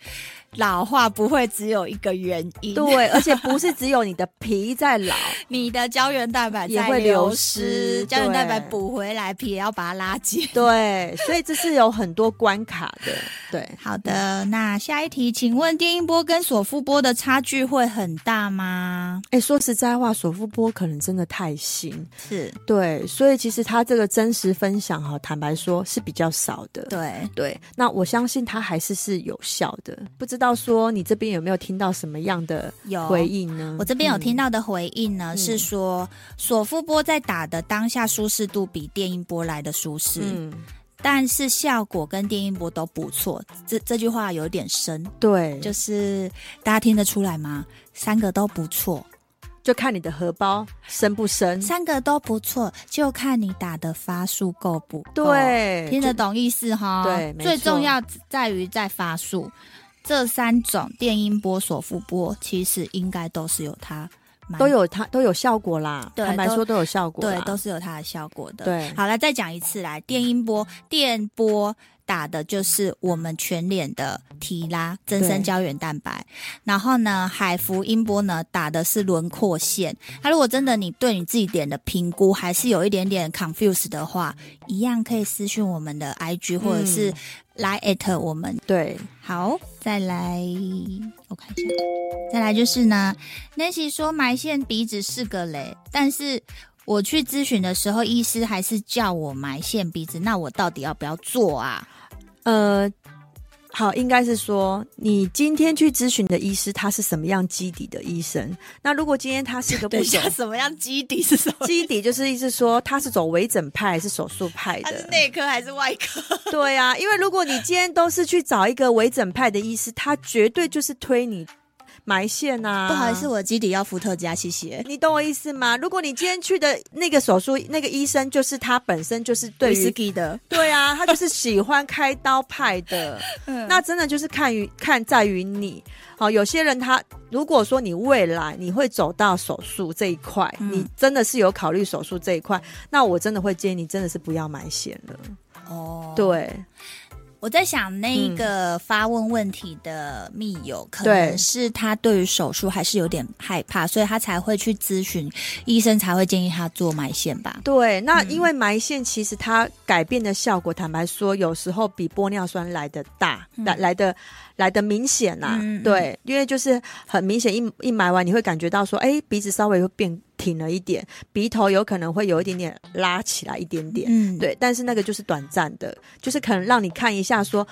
[SPEAKER 3] 老话不会只有一个原因，
[SPEAKER 1] 嗯对，而且不是只有你的皮在老，
[SPEAKER 3] 你的胶原蛋白
[SPEAKER 1] 也
[SPEAKER 3] 在
[SPEAKER 1] 会流
[SPEAKER 3] 流
[SPEAKER 1] 失
[SPEAKER 3] 胶原蛋白
[SPEAKER 1] 对
[SPEAKER 3] 补回来，皮也要把它拉紧。
[SPEAKER 1] 对，所以这是有很多关卡
[SPEAKER 3] (laughs)
[SPEAKER 1] 的，对。
[SPEAKER 3] 好的，那下一题，请问电音波跟索夫波的差距会很大吗？
[SPEAKER 1] 哎，说实在话，索夫波可能真的太新，
[SPEAKER 3] 是，
[SPEAKER 1] 对，所以其实他这个真实分享哈，坦白说是比较少的，
[SPEAKER 3] 对，
[SPEAKER 1] 对，那我相信它还是是有效的。不知道说你这边有没有听到什么样的
[SPEAKER 3] 有
[SPEAKER 1] 回应呢？
[SPEAKER 3] 哦我这边有听
[SPEAKER 1] 嗯、
[SPEAKER 3] 到的回应呢，是说索夫波在打的当下舒适度比电音波来的舒适，
[SPEAKER 1] 嗯，
[SPEAKER 3] 但是效果跟电音波都不错。这这句话有点深，
[SPEAKER 1] 对，就
[SPEAKER 3] 就是大家听得出来吗？三个都不错，
[SPEAKER 1] 就看你的荷包深不深。
[SPEAKER 3] 三个都不错，就看你打的发数够不够。，
[SPEAKER 1] 对，
[SPEAKER 3] 听得
[SPEAKER 1] 就
[SPEAKER 3] 懂意思哈。
[SPEAKER 1] 对没错
[SPEAKER 3] 最重要在于在发数，这三种电音波、索腹波，其实应该都是有它蛮
[SPEAKER 1] 都有它都有效果啦。
[SPEAKER 3] 对
[SPEAKER 1] 坦白
[SPEAKER 3] 都
[SPEAKER 1] 说都有效果
[SPEAKER 3] 对
[SPEAKER 1] 啦。，
[SPEAKER 3] 都是有它的效果的。
[SPEAKER 1] 对
[SPEAKER 3] 好了，再讲一次来，电音波、电波打的就是我们全脸的提拉增生
[SPEAKER 1] 对
[SPEAKER 3] 胶原蛋白，然后呢，海服音波呢打的是轮廓线。它如果真的你对你自己脸的评估还是有一点点 confuse 的话，一样可以私讯我们的 IG 或者
[SPEAKER 1] 嗯
[SPEAKER 3] 是来 at 我们
[SPEAKER 1] 对
[SPEAKER 3] 好，再来，我看一下，再来就是呢，Nancy 说埋线鼻子是个雷，但是我去咨询的时候，医师还是叫我埋线鼻子，那我到底要不要做啊？
[SPEAKER 1] 呃。好，应该是说你今天去咨询的医师，他是什么样基底的医生？那如果今天他是
[SPEAKER 3] (laughs)
[SPEAKER 1] 个不走
[SPEAKER 3] 什么样基底是什 (laughs) 么？
[SPEAKER 1] 基底，就是意思说他是走微整派还是手术派
[SPEAKER 3] (laughs)
[SPEAKER 1] 的？
[SPEAKER 3] 内科还是外科？
[SPEAKER 1] 对啊，因为如果你今天都是去找一个微整派的医师，他绝对就是推你埋线啊。
[SPEAKER 3] 不好意思，。我基底要伏特加，谢谢。
[SPEAKER 1] 你懂我意思吗？如果你今天去的那个手术那个医生，就是他本身就是对于
[SPEAKER 3] Whisky 的，
[SPEAKER 1] (laughs) 对啊，他就是喜欢开刀派的，
[SPEAKER 3] (laughs) 嗯
[SPEAKER 1] 那真的就是看于看在于你。好、有些人他如果说你未来你会走到手术这一块，
[SPEAKER 3] 嗯
[SPEAKER 1] 你真的是有考虑手术这一块，那我真的会建议你真的是不要买险了。
[SPEAKER 3] 哦，
[SPEAKER 1] 对，
[SPEAKER 3] 我在想，那一个发问问题的密友，可
[SPEAKER 1] 嗯对
[SPEAKER 3] 能是他对于手术还是有点害怕，所以他才会去咨询医生，才会建议他做埋线吧。
[SPEAKER 1] 对，那因为
[SPEAKER 3] 嗯
[SPEAKER 1] 埋线其实它改变的效果，坦白说，有时候比玻尿酸来的大，来来的来的明显呐、
[SPEAKER 3] 嗯嗯
[SPEAKER 1] 对，因为就是很明显一，一埋完你会感觉到说，哎，鼻子稍微会变挺了一点，鼻头有可能会有一点点拉起来一点点。
[SPEAKER 3] 嗯，
[SPEAKER 1] 对，但是那个就是短暂的，就是可能让你看一下说。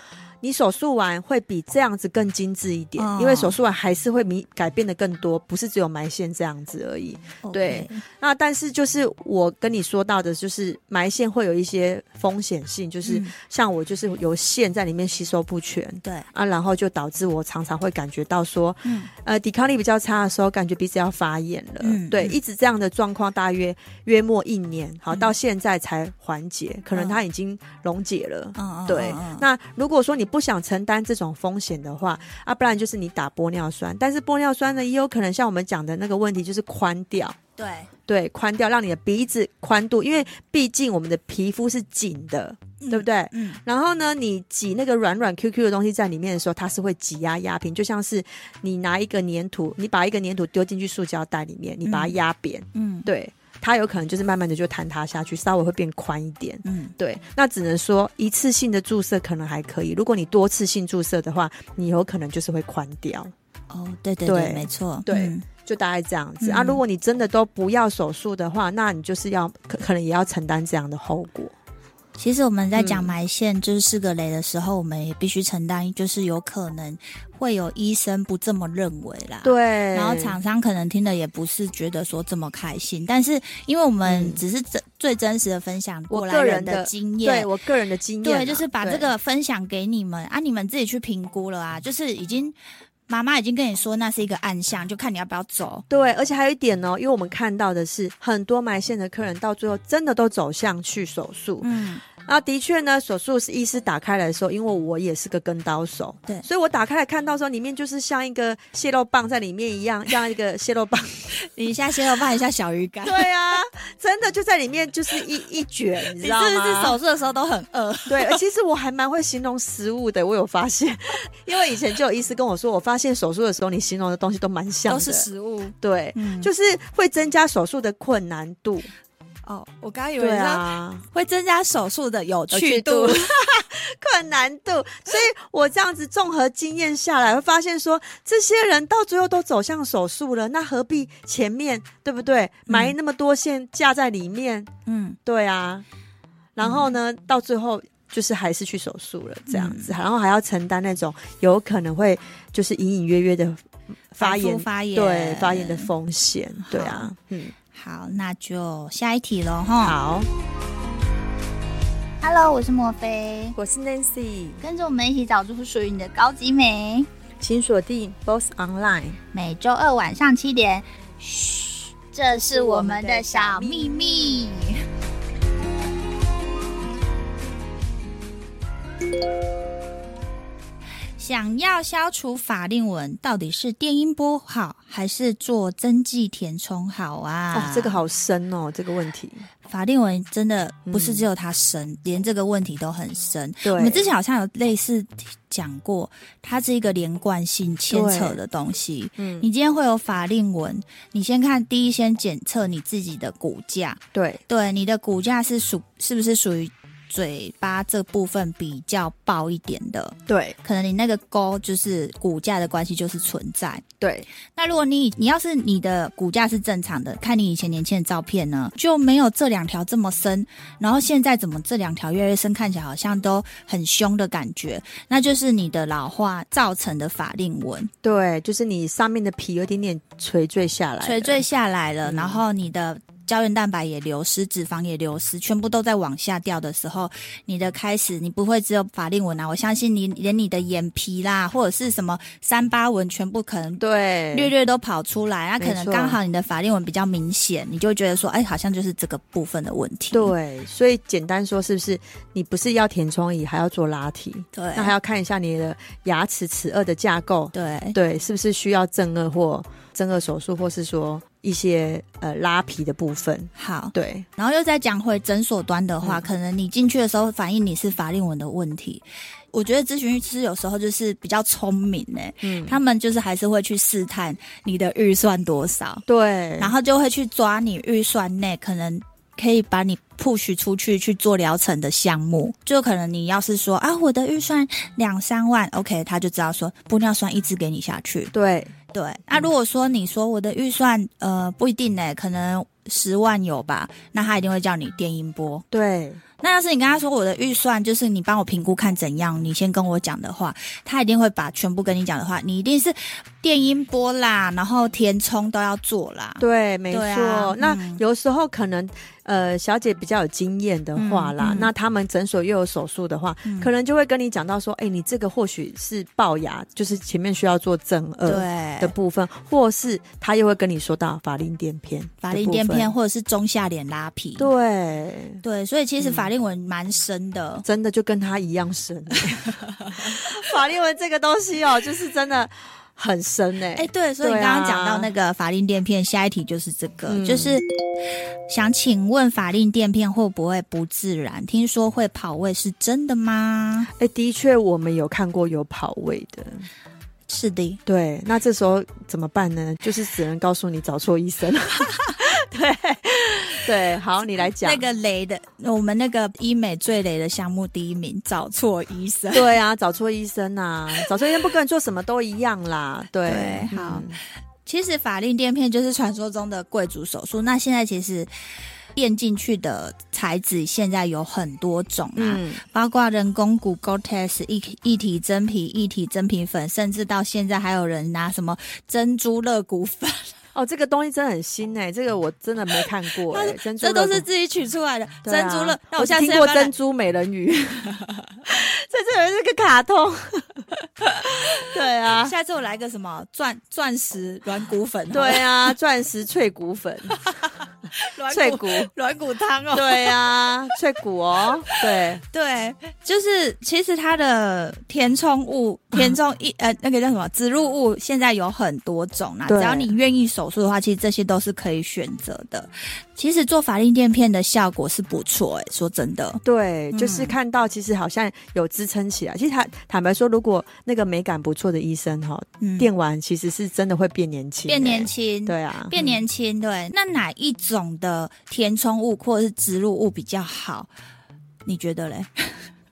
[SPEAKER 1] 你手术完会比这样子更精致一点，
[SPEAKER 3] 哦
[SPEAKER 1] 因为手术完还是会明改变的更多，不是只有埋线这样子而已。
[SPEAKER 3] OK
[SPEAKER 1] 对，那但是就是我跟你说到的，就是埋线会有一些风险性，就是
[SPEAKER 3] 嗯
[SPEAKER 1] 像我就是有线在里面吸收不全。
[SPEAKER 3] 对，
[SPEAKER 1] 啊，然后就导致我常常会感觉到说，
[SPEAKER 3] 嗯
[SPEAKER 1] 呃，抵抗力比较差的时候，感觉鼻子要发炎了。
[SPEAKER 3] 嗯
[SPEAKER 1] 对，
[SPEAKER 3] 嗯
[SPEAKER 1] 一直这样的状况大约约莫一年，好，
[SPEAKER 3] 嗯
[SPEAKER 1] 到现在才缓解，可能
[SPEAKER 3] 嗯
[SPEAKER 1] 它已经溶解了。
[SPEAKER 3] 嗯嗯，
[SPEAKER 1] 对
[SPEAKER 3] 嗯，嗯
[SPEAKER 1] 那如果说你不想承担这种风险的话，啊，不然就是你打玻尿酸，但是玻尿酸呢，也有可能像我们讲的那个问题，就是宽掉。
[SPEAKER 3] 对，
[SPEAKER 1] 对，宽掉，让你的鼻子宽度，因为毕竟我们的皮肤是紧的，对不对？
[SPEAKER 3] 嗯，
[SPEAKER 1] 然后呢，你挤那个软软 Q Q 的东西在里面的时候，它是会挤压压平，就像是你拿一个粘土，你把一个粘土丢进去塑胶袋里面，你把它压扁，
[SPEAKER 3] 嗯
[SPEAKER 1] 对，它有可能就是慢慢的就坍塌下去，稍微会变宽一点。
[SPEAKER 3] 嗯，
[SPEAKER 1] 对，那只能说一次性的注射可能还可以，如果你多次性注射的话，你有可能就是会宽掉。
[SPEAKER 3] 哦，对对
[SPEAKER 1] 对
[SPEAKER 3] 对，没错，
[SPEAKER 1] 对
[SPEAKER 3] 嗯
[SPEAKER 1] 就大概这样子、
[SPEAKER 3] 嗯
[SPEAKER 1] 啊。如果你真的都不要手术的话，那你就是要可可能也要承担这样的后果。
[SPEAKER 3] 其实我们在讲
[SPEAKER 1] 嗯
[SPEAKER 3] 埋线就是四个雷的时候，我们也必须承担，就是有可能会有医生不这么认为啦。
[SPEAKER 1] 对
[SPEAKER 3] 然后厂商可能听的也不是觉得说这么开心，但是因为我们
[SPEAKER 1] 嗯
[SPEAKER 3] 只是真最真实的分享
[SPEAKER 1] 我
[SPEAKER 3] 过来
[SPEAKER 1] 个人
[SPEAKER 3] 人的
[SPEAKER 1] 的
[SPEAKER 3] 经
[SPEAKER 1] 对
[SPEAKER 3] 验。
[SPEAKER 1] 我个人的经验啊、
[SPEAKER 3] 对，就是把这个分享给你们啊，你们自己去评估了啊，就是已经妈妈已经跟你说那是一个暗象，就看你要不要走。
[SPEAKER 1] 对，而且还有一点哦呢，因为我们看到的是很多埋线的客人到最后真的都走向去手术。
[SPEAKER 3] 嗯，
[SPEAKER 1] 那的确呢，手术是医师打开来的时候，因为我也是个跟刀手，
[SPEAKER 3] 对
[SPEAKER 1] 所以我打开来看到的时候，里面就是像一个蟹肉棒在里面一样，像一个蟹
[SPEAKER 3] (laughs)
[SPEAKER 1] 肉棒。
[SPEAKER 3] (laughs) 你一下先要放一下小鱼
[SPEAKER 1] (laughs)
[SPEAKER 3] 干。
[SPEAKER 1] 对啊，真的就在里面就是一一卷，你
[SPEAKER 3] 你
[SPEAKER 1] 知
[SPEAKER 3] 是
[SPEAKER 1] 道吗？
[SPEAKER 3] 不是手术的时候都很饿？
[SPEAKER 1] (laughs) 对，呃其实我还蛮会形容食物的，我有发现，因为以前就有医师跟我说，我发现手术的时候你形容的东西都蛮像的，
[SPEAKER 3] 都是食物。
[SPEAKER 1] 对，
[SPEAKER 3] 嗯
[SPEAKER 1] 就是会增加手术的困难度，
[SPEAKER 3] 哦，我刚刚以为
[SPEAKER 1] 对
[SPEAKER 3] 说、
[SPEAKER 1] 啊，
[SPEAKER 3] 会增加手术的有
[SPEAKER 1] 有趣
[SPEAKER 3] 趣度。
[SPEAKER 1] (laughs) 困难度，所以我这样子综合经验下来，会发现说，这些人到最后都走向手术了，那何必前面对不对埋那么多线架在里面？
[SPEAKER 3] (laughs) 嗯，
[SPEAKER 1] 对啊，然后呢，到最后就是还是去手术了，这样
[SPEAKER 3] 嗯
[SPEAKER 1] 子，然后还要承担那种有可能会就是隐隐约约的发
[SPEAKER 3] 反复
[SPEAKER 1] 炎，
[SPEAKER 3] 发炎，
[SPEAKER 1] 对发炎的。风险，对啊
[SPEAKER 3] 好，嗯
[SPEAKER 1] 嗯，
[SPEAKER 3] 好，那就下一题喽哈。
[SPEAKER 1] 好，
[SPEAKER 2] Hello，我是莫菲，
[SPEAKER 1] 我是 Nancy，
[SPEAKER 2] 跟着我们一起找出属于你的高级美。
[SPEAKER 1] 请锁定 Boss Online，
[SPEAKER 2] 每周二晚上七点，嘘，这是我们的小秘密。
[SPEAKER 3] 想要消除法令纹，到底是电音波好，还是做针剂填充好啊？
[SPEAKER 1] 哦，这个好深哦，这个问题。
[SPEAKER 3] 法令纹真的不是只有它深，连这个问题都很深。
[SPEAKER 1] 对，
[SPEAKER 3] 我们之前好像有类似讲过，它是一个连贯性牵扯的东西。
[SPEAKER 1] 嗯，
[SPEAKER 3] 你今天会有法令纹，你先看第一，先检测你自己的骨架，
[SPEAKER 1] 对
[SPEAKER 3] 对，你的骨架是属是不是属于嘴巴这部分比较爆一点的？
[SPEAKER 1] 对
[SPEAKER 3] 可能你那个沟就是骨架的关系就是存在。
[SPEAKER 1] 对，
[SPEAKER 3] 那如果你你要是你的骨架是正常的，看你以前年轻的照片呢，就没有这两条这么深，然后现在怎么这两条越来越深，看起来好像都很凶的感觉，那就是你的老化造成的法令纹
[SPEAKER 1] 对，就是你上面的皮有点点垂坠下来，
[SPEAKER 3] 垂坠，下来了，
[SPEAKER 1] 嗯
[SPEAKER 3] 然后你的。胶原蛋白也流失，脂肪也流失，全部都在往下掉的时候，你的开始你不会只有法令纹啊，我相信你连你的眼皮啦，或者是什么三八纹，全部可能
[SPEAKER 1] 对，
[SPEAKER 3] 略略都跑出来，那可
[SPEAKER 1] 没
[SPEAKER 3] 能
[SPEAKER 1] 错
[SPEAKER 3] 刚好你的法令纹比较明显，你就会觉得说，哎，好像就是这个部分的问题。
[SPEAKER 1] 对，所以简单说，是不是你不是要填充仪，还要做拉提？
[SPEAKER 3] 对
[SPEAKER 1] 那还要看一下你的牙齿齿颚的架构，
[SPEAKER 3] 对
[SPEAKER 1] 对，是不是需要正颚或正颚手术，或是说一些呃拉皮的部分？
[SPEAKER 3] 好，
[SPEAKER 1] 对，
[SPEAKER 3] 然后又再讲回诊所端的
[SPEAKER 1] 嗯
[SPEAKER 3] 话，可能你进去的时候反映你是法令纹的问题。我觉得咨询师有时候就是比较聪明呢、
[SPEAKER 1] 嗯，
[SPEAKER 3] 他们就是还是会去试探你的预算多少，
[SPEAKER 1] 对，
[SPEAKER 3] 然后就会去抓你预算内可能可以把你 push 出去去做疗程的项目。就可能你要是说啊，我的预算两三万，OK，他就知道说玻尿酸一支给你下去。
[SPEAKER 1] 对
[SPEAKER 3] 对，那、如果说你说我的预算呃不一定呢、可能十万有吧，那他一定会叫你电音波。
[SPEAKER 1] 对
[SPEAKER 3] 那要是你跟他说我的预算就是你帮我评估看怎样，你先跟我讲的话，他一定会把全部跟你讲的话，你一定是电音波啦，然后填充都要做啦。
[SPEAKER 1] 对，没错。
[SPEAKER 3] 对啊嗯
[SPEAKER 1] 那有时候可能，呃，小姐比较有经验的话啦，
[SPEAKER 3] 嗯嗯嗯
[SPEAKER 1] 那他们诊所又有手术的话，可能就会跟你讲到说，哎、你这个或许是龅牙，就是前面需要做正颚的
[SPEAKER 3] 对，
[SPEAKER 1] 部分，或是他又会跟你说到法令垫片，
[SPEAKER 3] 法令垫片，或者是中下脸拉皮。
[SPEAKER 1] 对。
[SPEAKER 3] 对，所以其实法令纹蛮深的。
[SPEAKER 1] 真的就跟他一样
[SPEAKER 3] (laughs)
[SPEAKER 1] 深，法令纹这个东西哦，就是真的很深哎、
[SPEAKER 3] 哎、对，所以你
[SPEAKER 1] 对啊
[SPEAKER 3] 刚刚讲到那个法令垫片，下一题就是这个，
[SPEAKER 1] 嗯
[SPEAKER 3] 就是想请问法令垫片会不会不自然？听说会跑位，是真的吗？
[SPEAKER 1] 哎、的确我们有看过有跑位的，
[SPEAKER 3] 是的，
[SPEAKER 1] 对，那这时候怎么办呢？就是只能告诉你找错医
[SPEAKER 3] (laughs)
[SPEAKER 1] 生。对对，好，你来讲。
[SPEAKER 3] 那个雷的，我们那个医美最雷的项目第一名，找错医生。
[SPEAKER 1] 对啊，找错医生啊，找错医生不跟你做什么都一样啦。对，
[SPEAKER 3] 对好
[SPEAKER 1] 嗯
[SPEAKER 3] 其实法令垫片就是传说中的贵族手术，那现在其实垫进去的材质现在有很多种啊，
[SPEAKER 1] 嗯，
[SPEAKER 3] 包括人工骨 Gore-Tex 一一体真皮、一体真皮粉，甚至到现在还有人拿什么珍珠肋骨粉。
[SPEAKER 1] 哦，这个东西真的很新哎、这个我真的没看过哎、珍珠
[SPEAKER 3] 这都是
[SPEAKER 1] 乐谷
[SPEAKER 3] 自己取出来的
[SPEAKER 1] 对啊
[SPEAKER 3] 珍珠乐。那我
[SPEAKER 1] 我只
[SPEAKER 3] 下次
[SPEAKER 1] 听
[SPEAKER 3] 要
[SPEAKER 1] 过
[SPEAKER 3] 不要来
[SPEAKER 1] 珍珠美人鱼，在 (laughs) 这有这个卡通， (laughs) 对啊，
[SPEAKER 3] 下次我来个什么钻钻石软骨粉好了，
[SPEAKER 1] 对啊，钻石脆骨粉，
[SPEAKER 3] (laughs) 软
[SPEAKER 1] (laughs) 脆
[SPEAKER 3] 骨
[SPEAKER 1] 骨，
[SPEAKER 3] 软骨汤哦。
[SPEAKER 1] 对啊，脆骨哦，对，
[SPEAKER 3] 对，就是其实它的填充物、填充一呃那个叫什么植入物，现在有很多种啦。
[SPEAKER 1] 对
[SPEAKER 3] 只要你愿意手术的话，其实这些都是可以选择的。其实做法令垫片的效果是不错、欸，说真的，
[SPEAKER 1] 对，就是
[SPEAKER 3] 嗯
[SPEAKER 1] 看到其实好像有支撑起来。其实坦坦白说，如果那个美感不错的医生哈，
[SPEAKER 3] 嗯，
[SPEAKER 1] 电完其实是真的会变年轻、
[SPEAKER 3] 变年
[SPEAKER 1] 欸。
[SPEAKER 3] 轻，
[SPEAKER 1] 对啊，
[SPEAKER 3] 变年轻，对。那哪一种的填充物或者是植入物比较好？你觉得嘞？
[SPEAKER 1] 嗯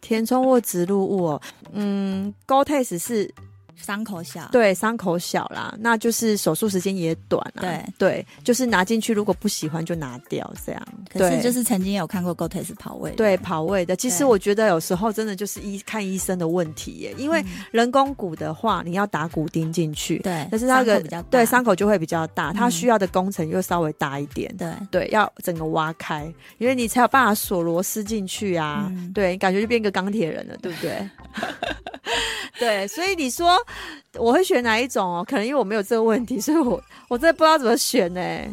[SPEAKER 1] 填充或植入物哦，嗯 g o t e s 是
[SPEAKER 3] 伤口小，
[SPEAKER 1] 对伤口小啦，那就是手术时间也短啊。
[SPEAKER 3] 对
[SPEAKER 1] 对，就是拿进去，如果不喜欢就拿掉，这样。
[SPEAKER 3] 可是
[SPEAKER 1] 对
[SPEAKER 3] 就是曾经有看过 GoTest 跑位，
[SPEAKER 1] 对跑位的，其实
[SPEAKER 3] 对
[SPEAKER 1] 我觉得有时候真的就是医看医生的问题耶，因为
[SPEAKER 3] 嗯
[SPEAKER 1] 人工骨的话，你要打骨钉进去，
[SPEAKER 3] 对，
[SPEAKER 1] 但是它
[SPEAKER 3] 伤
[SPEAKER 1] 的
[SPEAKER 3] 口比较大
[SPEAKER 1] 对伤口就会比较大，它
[SPEAKER 3] 嗯
[SPEAKER 1] 需要的工程又稍微大一点。
[SPEAKER 3] 对
[SPEAKER 1] 对，要整个挖开，因为你才有办法锁螺丝进去啊。
[SPEAKER 3] 嗯
[SPEAKER 1] 对，感觉就变个钢铁人了，对不对？对，所以你说我会选哪一种哦？可能因为我没有这个问题，所以我我真的不知道怎么选欸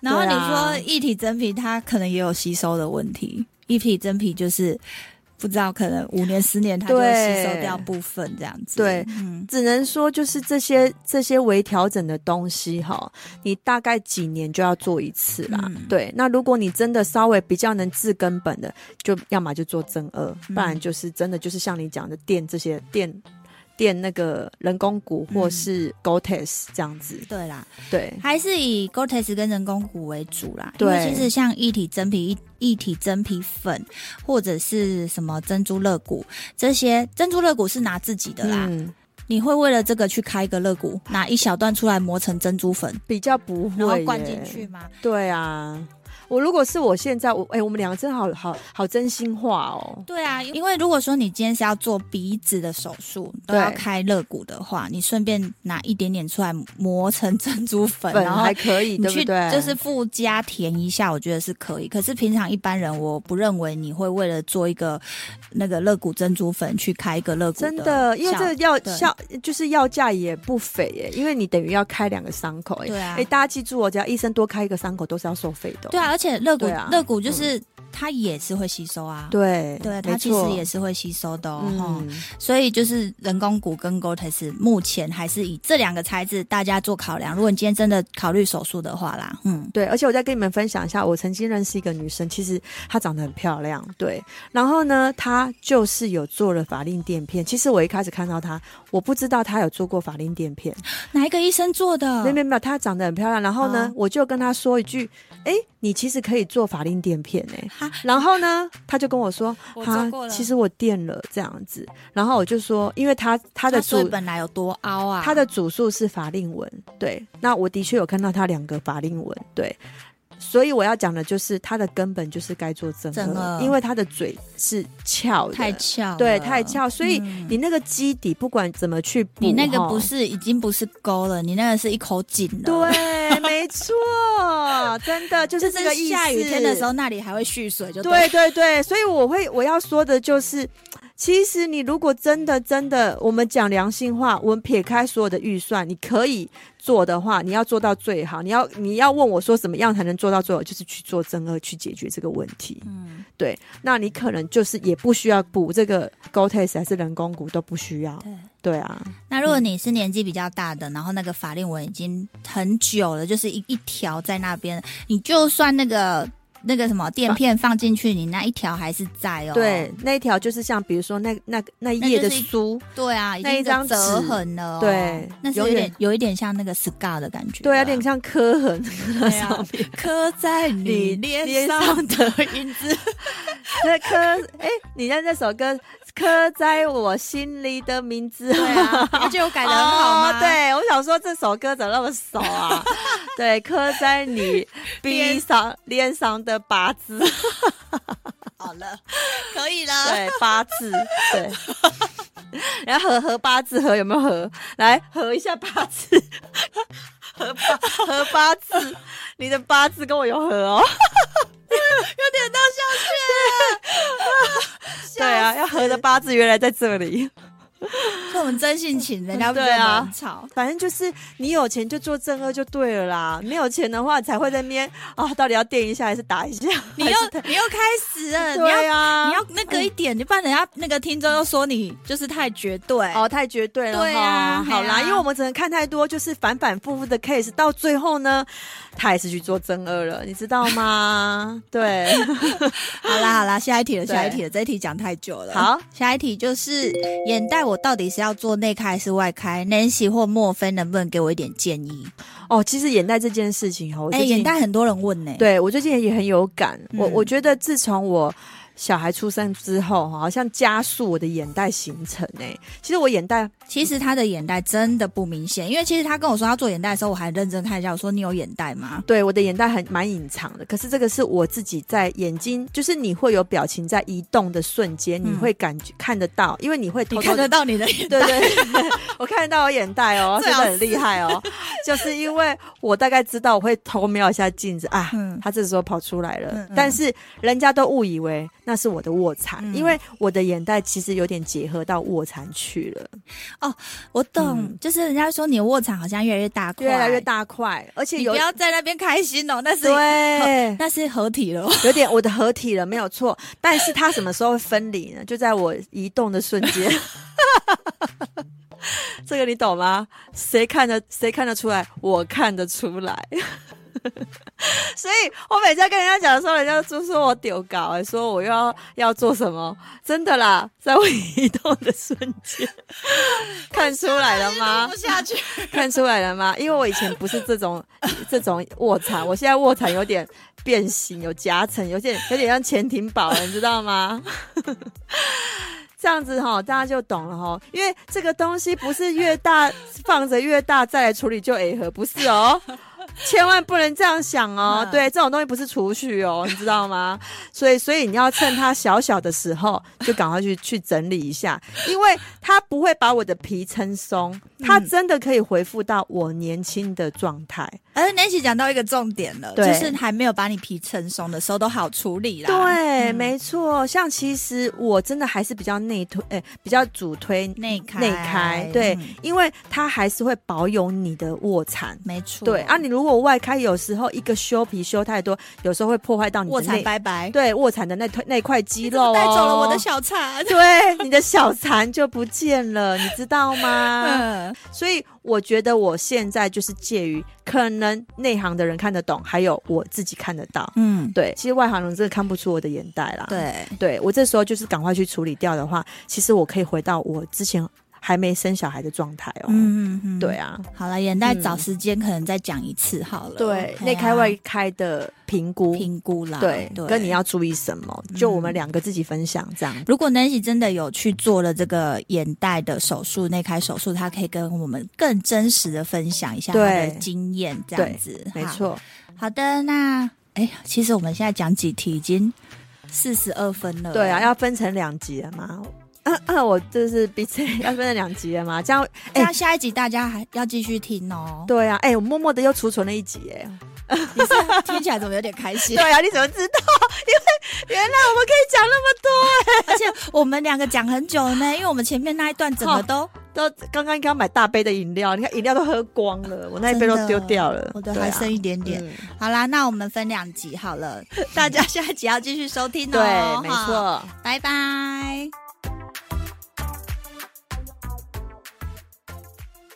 [SPEAKER 1] 呢、
[SPEAKER 3] 然后你
[SPEAKER 1] 对啊
[SPEAKER 3] 说一体真皮，它可能也有吸收的问题。一体真皮就是不知道，可能五年、十年它就会吸
[SPEAKER 1] 对
[SPEAKER 3] 收掉部分这样子。
[SPEAKER 1] 对
[SPEAKER 3] 嗯，
[SPEAKER 1] 只能说就是这些这些微调整的东西哈，你大概几年就要做一次啦。
[SPEAKER 3] 嗯
[SPEAKER 1] 对，那如果你真的稍微比较能治根本的，就要么就做正二，
[SPEAKER 3] 嗯
[SPEAKER 1] 不然就是真的就是像你讲的垫这些垫垫那个人工骨
[SPEAKER 3] 嗯
[SPEAKER 1] 或是 Gotex 这样子。
[SPEAKER 3] 对啦，
[SPEAKER 1] 对
[SPEAKER 3] 还是以 GoTest 跟人工骨为主啦。
[SPEAKER 1] 对
[SPEAKER 3] 因为其实像一体真皮、一一体真皮粉或者是什么珍珠肋骨这些，珍珠肋骨是拿自己的啦。
[SPEAKER 1] 嗯，
[SPEAKER 3] 你会为了这个去开一个肋骨，拿一小段出来磨成珍珠粉，
[SPEAKER 1] 比较不会
[SPEAKER 3] 然后灌
[SPEAKER 1] 耶
[SPEAKER 3] 进去。吗？
[SPEAKER 1] 对啊。我如果是我现在，我哎、我们两个真的好好好真心话哦。
[SPEAKER 3] 对啊，因为如果说你今天是要做鼻子的手术，都
[SPEAKER 1] 对
[SPEAKER 3] 要开肋骨的话，你顺便拿一点点出来磨成珍珠粉，
[SPEAKER 1] 本
[SPEAKER 3] 然后
[SPEAKER 1] 还可以，
[SPEAKER 3] 你
[SPEAKER 1] 对
[SPEAKER 3] 去
[SPEAKER 1] 不对？
[SPEAKER 3] 就是附加填一下，我觉得是可以。可是平常一般人，我不认为你会为了做一个那个肋骨珍珠粉去开一个肋骨
[SPEAKER 1] 真
[SPEAKER 3] 的效，
[SPEAKER 1] 的，因为这个药
[SPEAKER 3] 对
[SPEAKER 1] 效就是药价也不菲耶，因为你等于要开两个伤口耶。
[SPEAKER 3] 对啊
[SPEAKER 1] 哎、大家记住哦，只要医生多开一个伤口都是要收费的、
[SPEAKER 3] 对啊，，而且肋骨
[SPEAKER 1] 对啊
[SPEAKER 3] 肋骨就是、它也是会吸收啊，
[SPEAKER 1] 对，
[SPEAKER 3] 对，它
[SPEAKER 1] 没
[SPEAKER 3] 其实
[SPEAKER 1] 错
[SPEAKER 3] 也是会吸收的哦。吼
[SPEAKER 1] 嗯，
[SPEAKER 3] 所以就是人工骨跟 Gore-Tex 目前还是以这两个材质大家做考量。如果你今天真的考虑手术的话啦，嗯，
[SPEAKER 1] 对，而且我再跟你们分享一下，我曾经认识一个女生，其实她长得很漂亮，对，然后呢，她就是有做了法令垫片。其实我一开始看到她，我不知道她有做过法令垫片，
[SPEAKER 3] 哪一个医生做的？
[SPEAKER 1] 没有没有没有，她长得很漂亮。然后呢，
[SPEAKER 3] 哦
[SPEAKER 1] 我就跟她说一句，哎、你其实可以做法令垫片哎、
[SPEAKER 3] 哈，啊
[SPEAKER 1] 然后呢，他就跟我说，
[SPEAKER 3] 我
[SPEAKER 1] 哈
[SPEAKER 3] 做过，了
[SPEAKER 1] 其实我垫了这样子。然后我就说，因为他他的
[SPEAKER 3] 他所以
[SPEAKER 1] 主
[SPEAKER 3] 本来有多凹啊？
[SPEAKER 1] 他的主诉是法令纹，对，那我的确有看到他两个法令纹，对。所以我要讲的就是他的根本就是该做正
[SPEAKER 3] 正
[SPEAKER 1] 颌，
[SPEAKER 3] 颌
[SPEAKER 1] 因为他的嘴是翘的，
[SPEAKER 3] 太翘了，
[SPEAKER 1] 对太翘，所以
[SPEAKER 3] 嗯
[SPEAKER 1] 你那个基底不管怎么去补，
[SPEAKER 3] 你那个
[SPEAKER 1] 哈
[SPEAKER 3] 不是已经不是勾了，你那个是一口井了。。
[SPEAKER 1] 对，没错，
[SPEAKER 3] (laughs)
[SPEAKER 1] 真的就是这个意思。
[SPEAKER 3] 下雨天的时候，那里还会蓄水，就
[SPEAKER 1] 对对对，所以我会我要说的就是，其实你如果真的真的，我们讲良心话，我们撇开所有的预算，你可以做的话，你要做到最好。你要你要问我说怎么样才能做到最好，就是去做真二去解决这个问题。
[SPEAKER 3] 嗯，
[SPEAKER 1] 对，那你可能就是也不需要补这个 GoTest 还是人工骨都不需要。
[SPEAKER 3] 对。
[SPEAKER 1] 对啊，
[SPEAKER 3] 那如果你是年纪比较大的，然后那个法令纹已经很久了，就是一一条在那边，你就算那个那个什么垫片放进去，你那一条还是在哦。
[SPEAKER 1] 对，那一条就是像比如说那那那
[SPEAKER 3] 那
[SPEAKER 1] 页
[SPEAKER 3] 就
[SPEAKER 1] 的
[SPEAKER 3] 是一
[SPEAKER 1] 书，
[SPEAKER 3] 对啊，已
[SPEAKER 1] 那
[SPEAKER 3] 经
[SPEAKER 1] 一张
[SPEAKER 3] 有折
[SPEAKER 1] 纸
[SPEAKER 3] 痕了、哦。
[SPEAKER 1] 对
[SPEAKER 3] 那是
[SPEAKER 1] 永
[SPEAKER 3] 有
[SPEAKER 1] 远
[SPEAKER 3] 点有一点像那个 scar 的感觉。
[SPEAKER 1] 对啊，有点像刻痕
[SPEAKER 3] 对啊
[SPEAKER 1] 上面。
[SPEAKER 3] 刻在你
[SPEAKER 1] (laughs) 你
[SPEAKER 3] 脸
[SPEAKER 1] 脸
[SPEAKER 3] 上
[SPEAKER 1] 上
[SPEAKER 3] 的印子。
[SPEAKER 1] (laughs) 那刻哎、你的那首歌刻在我心里的名字， (laughs)
[SPEAKER 3] 对啊，而且我改的很好吗？
[SPEAKER 1] 哦对，我想说这首歌怎么那么熟啊？ (laughs) 对，刻在你臂上脸上的八字，
[SPEAKER 3] 好了，可以 (laughs) 了。
[SPEAKER 1] 对，八字，对。
[SPEAKER 3] (laughs) (laughs)
[SPEAKER 1] 然后合合八字合有没有合？来合一下八字，合八合八字，你的八字跟我有合
[SPEAKER 3] (laughs)
[SPEAKER 1] 哦。
[SPEAKER 3] (laughs)
[SPEAKER 1] 有点到笑穴。 (laughs) 对啊，要合的八字原来在这里。
[SPEAKER 3] 所以我们真性情，人家不
[SPEAKER 1] 对
[SPEAKER 3] 觉得
[SPEAKER 1] 啊
[SPEAKER 3] 我们吵。
[SPEAKER 1] 反正就是你有钱就做正二就对了啦，没有钱的话才会在那边啊，到底要垫一下还是打一下？
[SPEAKER 3] 你又你又开始了，你
[SPEAKER 1] 对
[SPEAKER 3] 要
[SPEAKER 1] 啊，
[SPEAKER 3] 你要那个一点，你不然人家那个听众又说你就是太绝对。
[SPEAKER 1] 哦，太绝对了哈。
[SPEAKER 3] 对啊
[SPEAKER 1] 好
[SPEAKER 3] 嘿
[SPEAKER 1] 啦，
[SPEAKER 3] 啊
[SPEAKER 1] 因为我们只能看太多，就是反反复复的 case，到最后呢，他还是去做真二了，你知道吗？ (laughs) 对，
[SPEAKER 3] 好啦好啦，下一题了，
[SPEAKER 1] (laughs) 对
[SPEAKER 3] 下一题了，这一题讲太久了。
[SPEAKER 1] 好，
[SPEAKER 3] 下一题就是眼袋，我到底是要做内开还是外开？Nancy 或莫菲能不能给我一点建议？
[SPEAKER 1] 哦，其实眼袋这件事情哦，我
[SPEAKER 3] 哎、
[SPEAKER 1] 最近
[SPEAKER 3] 眼袋很多人问呢、，
[SPEAKER 1] 对我最近也很有感，我
[SPEAKER 3] 嗯
[SPEAKER 1] 我觉得自从我。小孩出生之后，好像加速我的眼袋形成诶、其实我眼袋
[SPEAKER 3] 其实他的眼袋真的不明显，因为其实他跟我说他做眼袋的时候，我还认真看一下，我说你有眼袋吗？
[SPEAKER 1] 对我的眼袋很蛮隐藏的，可是这个是我自己在眼睛，就是你会有表情在移动的瞬间，你
[SPEAKER 3] 嗯
[SPEAKER 1] 会感觉看得到，因为你会
[SPEAKER 3] 你
[SPEAKER 1] 偷偷
[SPEAKER 3] 看
[SPEAKER 1] 地
[SPEAKER 3] 得到你的
[SPEAKER 1] (laughs)
[SPEAKER 3] 眼
[SPEAKER 1] 对
[SPEAKER 3] 袋，
[SPEAKER 1] 对，我看得到我眼袋 (laughs) 哦，
[SPEAKER 3] 最
[SPEAKER 1] 真的
[SPEAKER 3] 好
[SPEAKER 1] 很厉害哦， (laughs) 就是因为我大概知道我会偷瞄一下镜子啊
[SPEAKER 3] 嗯，
[SPEAKER 1] 他这时候跑出来
[SPEAKER 3] 嗯
[SPEAKER 1] 了
[SPEAKER 3] 嗯，
[SPEAKER 1] 但是人家都误以为那是我的卧蚕
[SPEAKER 3] 嗯，
[SPEAKER 1] 因为我的眼袋其实有点结合到卧蚕去了，
[SPEAKER 3] 我懂，
[SPEAKER 1] 嗯
[SPEAKER 3] 就是人家说你的卧蚕好像越来越大块，
[SPEAKER 1] 越来越，大块，而且
[SPEAKER 3] 你
[SPEAKER 1] 有
[SPEAKER 3] 不要在那边开心哦，那是
[SPEAKER 1] 对。
[SPEAKER 3] 那是合体了。
[SPEAKER 1] 有点我的合体了，没有错。但是它什么时候会分离呢？就在我移动的瞬间。 (laughs) 这个你懂吗？谁看得谁看得出来？我看得出来。 (laughs) 所以我每次在跟人家讲的时候，人家就说我丢稿、欸，说我又要要做什么？真的啦，在我移动的瞬间， (laughs) 看出来了
[SPEAKER 3] (laughs)
[SPEAKER 1] 吗？
[SPEAKER 3] 下去，
[SPEAKER 1] 看出来了吗？因为我以前不是这种 (laughs) 这种卧蚕，我现在卧蚕有点变形，有夹层，有点有点像潜艇堡了，你知道吗？ (laughs) 这样子哈，大家就懂了哈。因为这个东西不是越大放着越大再来处理就 A 合，不是哦。千万不能这样想哦
[SPEAKER 3] 嗯，
[SPEAKER 1] 对，这种东西不是储蓄哦，你知道吗？所以，所以你要趁它小小的时 (laughs) 候就赶快去去整理一下，因为它不会把我的皮撑松，它真的可以回复到我年轻的状态。
[SPEAKER 3] 而哎 Nancy 讲到一个重点了，就
[SPEAKER 1] 对
[SPEAKER 3] 是还没有把你皮撑松的时候都好处理啦。
[SPEAKER 1] 对，
[SPEAKER 3] 嗯
[SPEAKER 1] 没错。像其实我真的还是比较内推，哎、比较主推
[SPEAKER 3] 内开
[SPEAKER 1] 内开，对，
[SPEAKER 3] 嗯
[SPEAKER 1] 因为它还是会保有你的卧蚕。
[SPEAKER 3] 没错，
[SPEAKER 1] 对啊，你如果外开，有时候一个修皮修太多，有时候会破坏到你的
[SPEAKER 3] 卧蚕
[SPEAKER 1] 内
[SPEAKER 3] 拜拜，
[SPEAKER 1] 对卧蚕的那那块肌
[SPEAKER 3] 你
[SPEAKER 1] 肉、哦，
[SPEAKER 3] 带走了我的小
[SPEAKER 1] (laughs)
[SPEAKER 3] 蚕。
[SPEAKER 1] 对，你的小蚕就不见了，你知道 (laughs) 吗？
[SPEAKER 3] 嗯，
[SPEAKER 1] 所以我觉得我现在就是介于可能内行的人看得懂，还有我自己看得到。
[SPEAKER 3] (laughs) 嗯，
[SPEAKER 1] 对，其实外行人真的看不出我的眼袋啦。，
[SPEAKER 3] 对，
[SPEAKER 1] 对我这时候就是赶快去处理掉的话，其实我可以回到我之前还没生小孩的状态哦。
[SPEAKER 3] 嗯嗯嗯，
[SPEAKER 1] 对。啊，
[SPEAKER 3] 好了，眼袋
[SPEAKER 1] 嗯
[SPEAKER 3] 找时间可能再讲一次好了。
[SPEAKER 1] 对，
[SPEAKER 3] 嘿啊
[SPEAKER 1] 内开外开的嗯评估，
[SPEAKER 3] 评估啦，
[SPEAKER 1] 对，嗯
[SPEAKER 3] 对，
[SPEAKER 1] 跟你。要注意什么，就我们两个自己分享这样。
[SPEAKER 3] 如果 Nancy 真的有去做了这个眼袋的手术、内开手术，她可以跟我们更真实的分享一下她的
[SPEAKER 1] 对
[SPEAKER 3] 经验，这样子。
[SPEAKER 1] 没
[SPEAKER 3] 好。
[SPEAKER 1] 错，
[SPEAKER 3] 好的，那哎，其实我们现在讲几题已经四十二分了。
[SPEAKER 1] 对啊，要分成两集了嘛。啊我就是比这 (laughs) 要分成两集了嘛，这样
[SPEAKER 3] 这样哎下一集大家还要继续听哦。
[SPEAKER 1] 对啊，哎、我默默的又储存了一集
[SPEAKER 3] (laughs)
[SPEAKER 1] 耶。
[SPEAKER 3] 你是听起来怎么有点开心
[SPEAKER 1] (laughs) 对？啊，你怎么知道？因为原来我们可以讲那么
[SPEAKER 3] 而且我们两个讲很久呢，因为我们前面那一段整个都
[SPEAKER 1] 多，都刚刚刚买大杯的饮料，你看饮料都喝光了，我那一杯都丢掉了，
[SPEAKER 3] 我的还剩一点
[SPEAKER 1] 对
[SPEAKER 3] 点
[SPEAKER 1] 啊。
[SPEAKER 3] 好啦，那我们分两
[SPEAKER 1] (laughs)
[SPEAKER 3] 集好了，大家下一集要继续收听
[SPEAKER 1] 嗯
[SPEAKER 3] 哦。
[SPEAKER 1] 对，没
[SPEAKER 3] 哈，
[SPEAKER 1] 错。
[SPEAKER 3] 拜拜。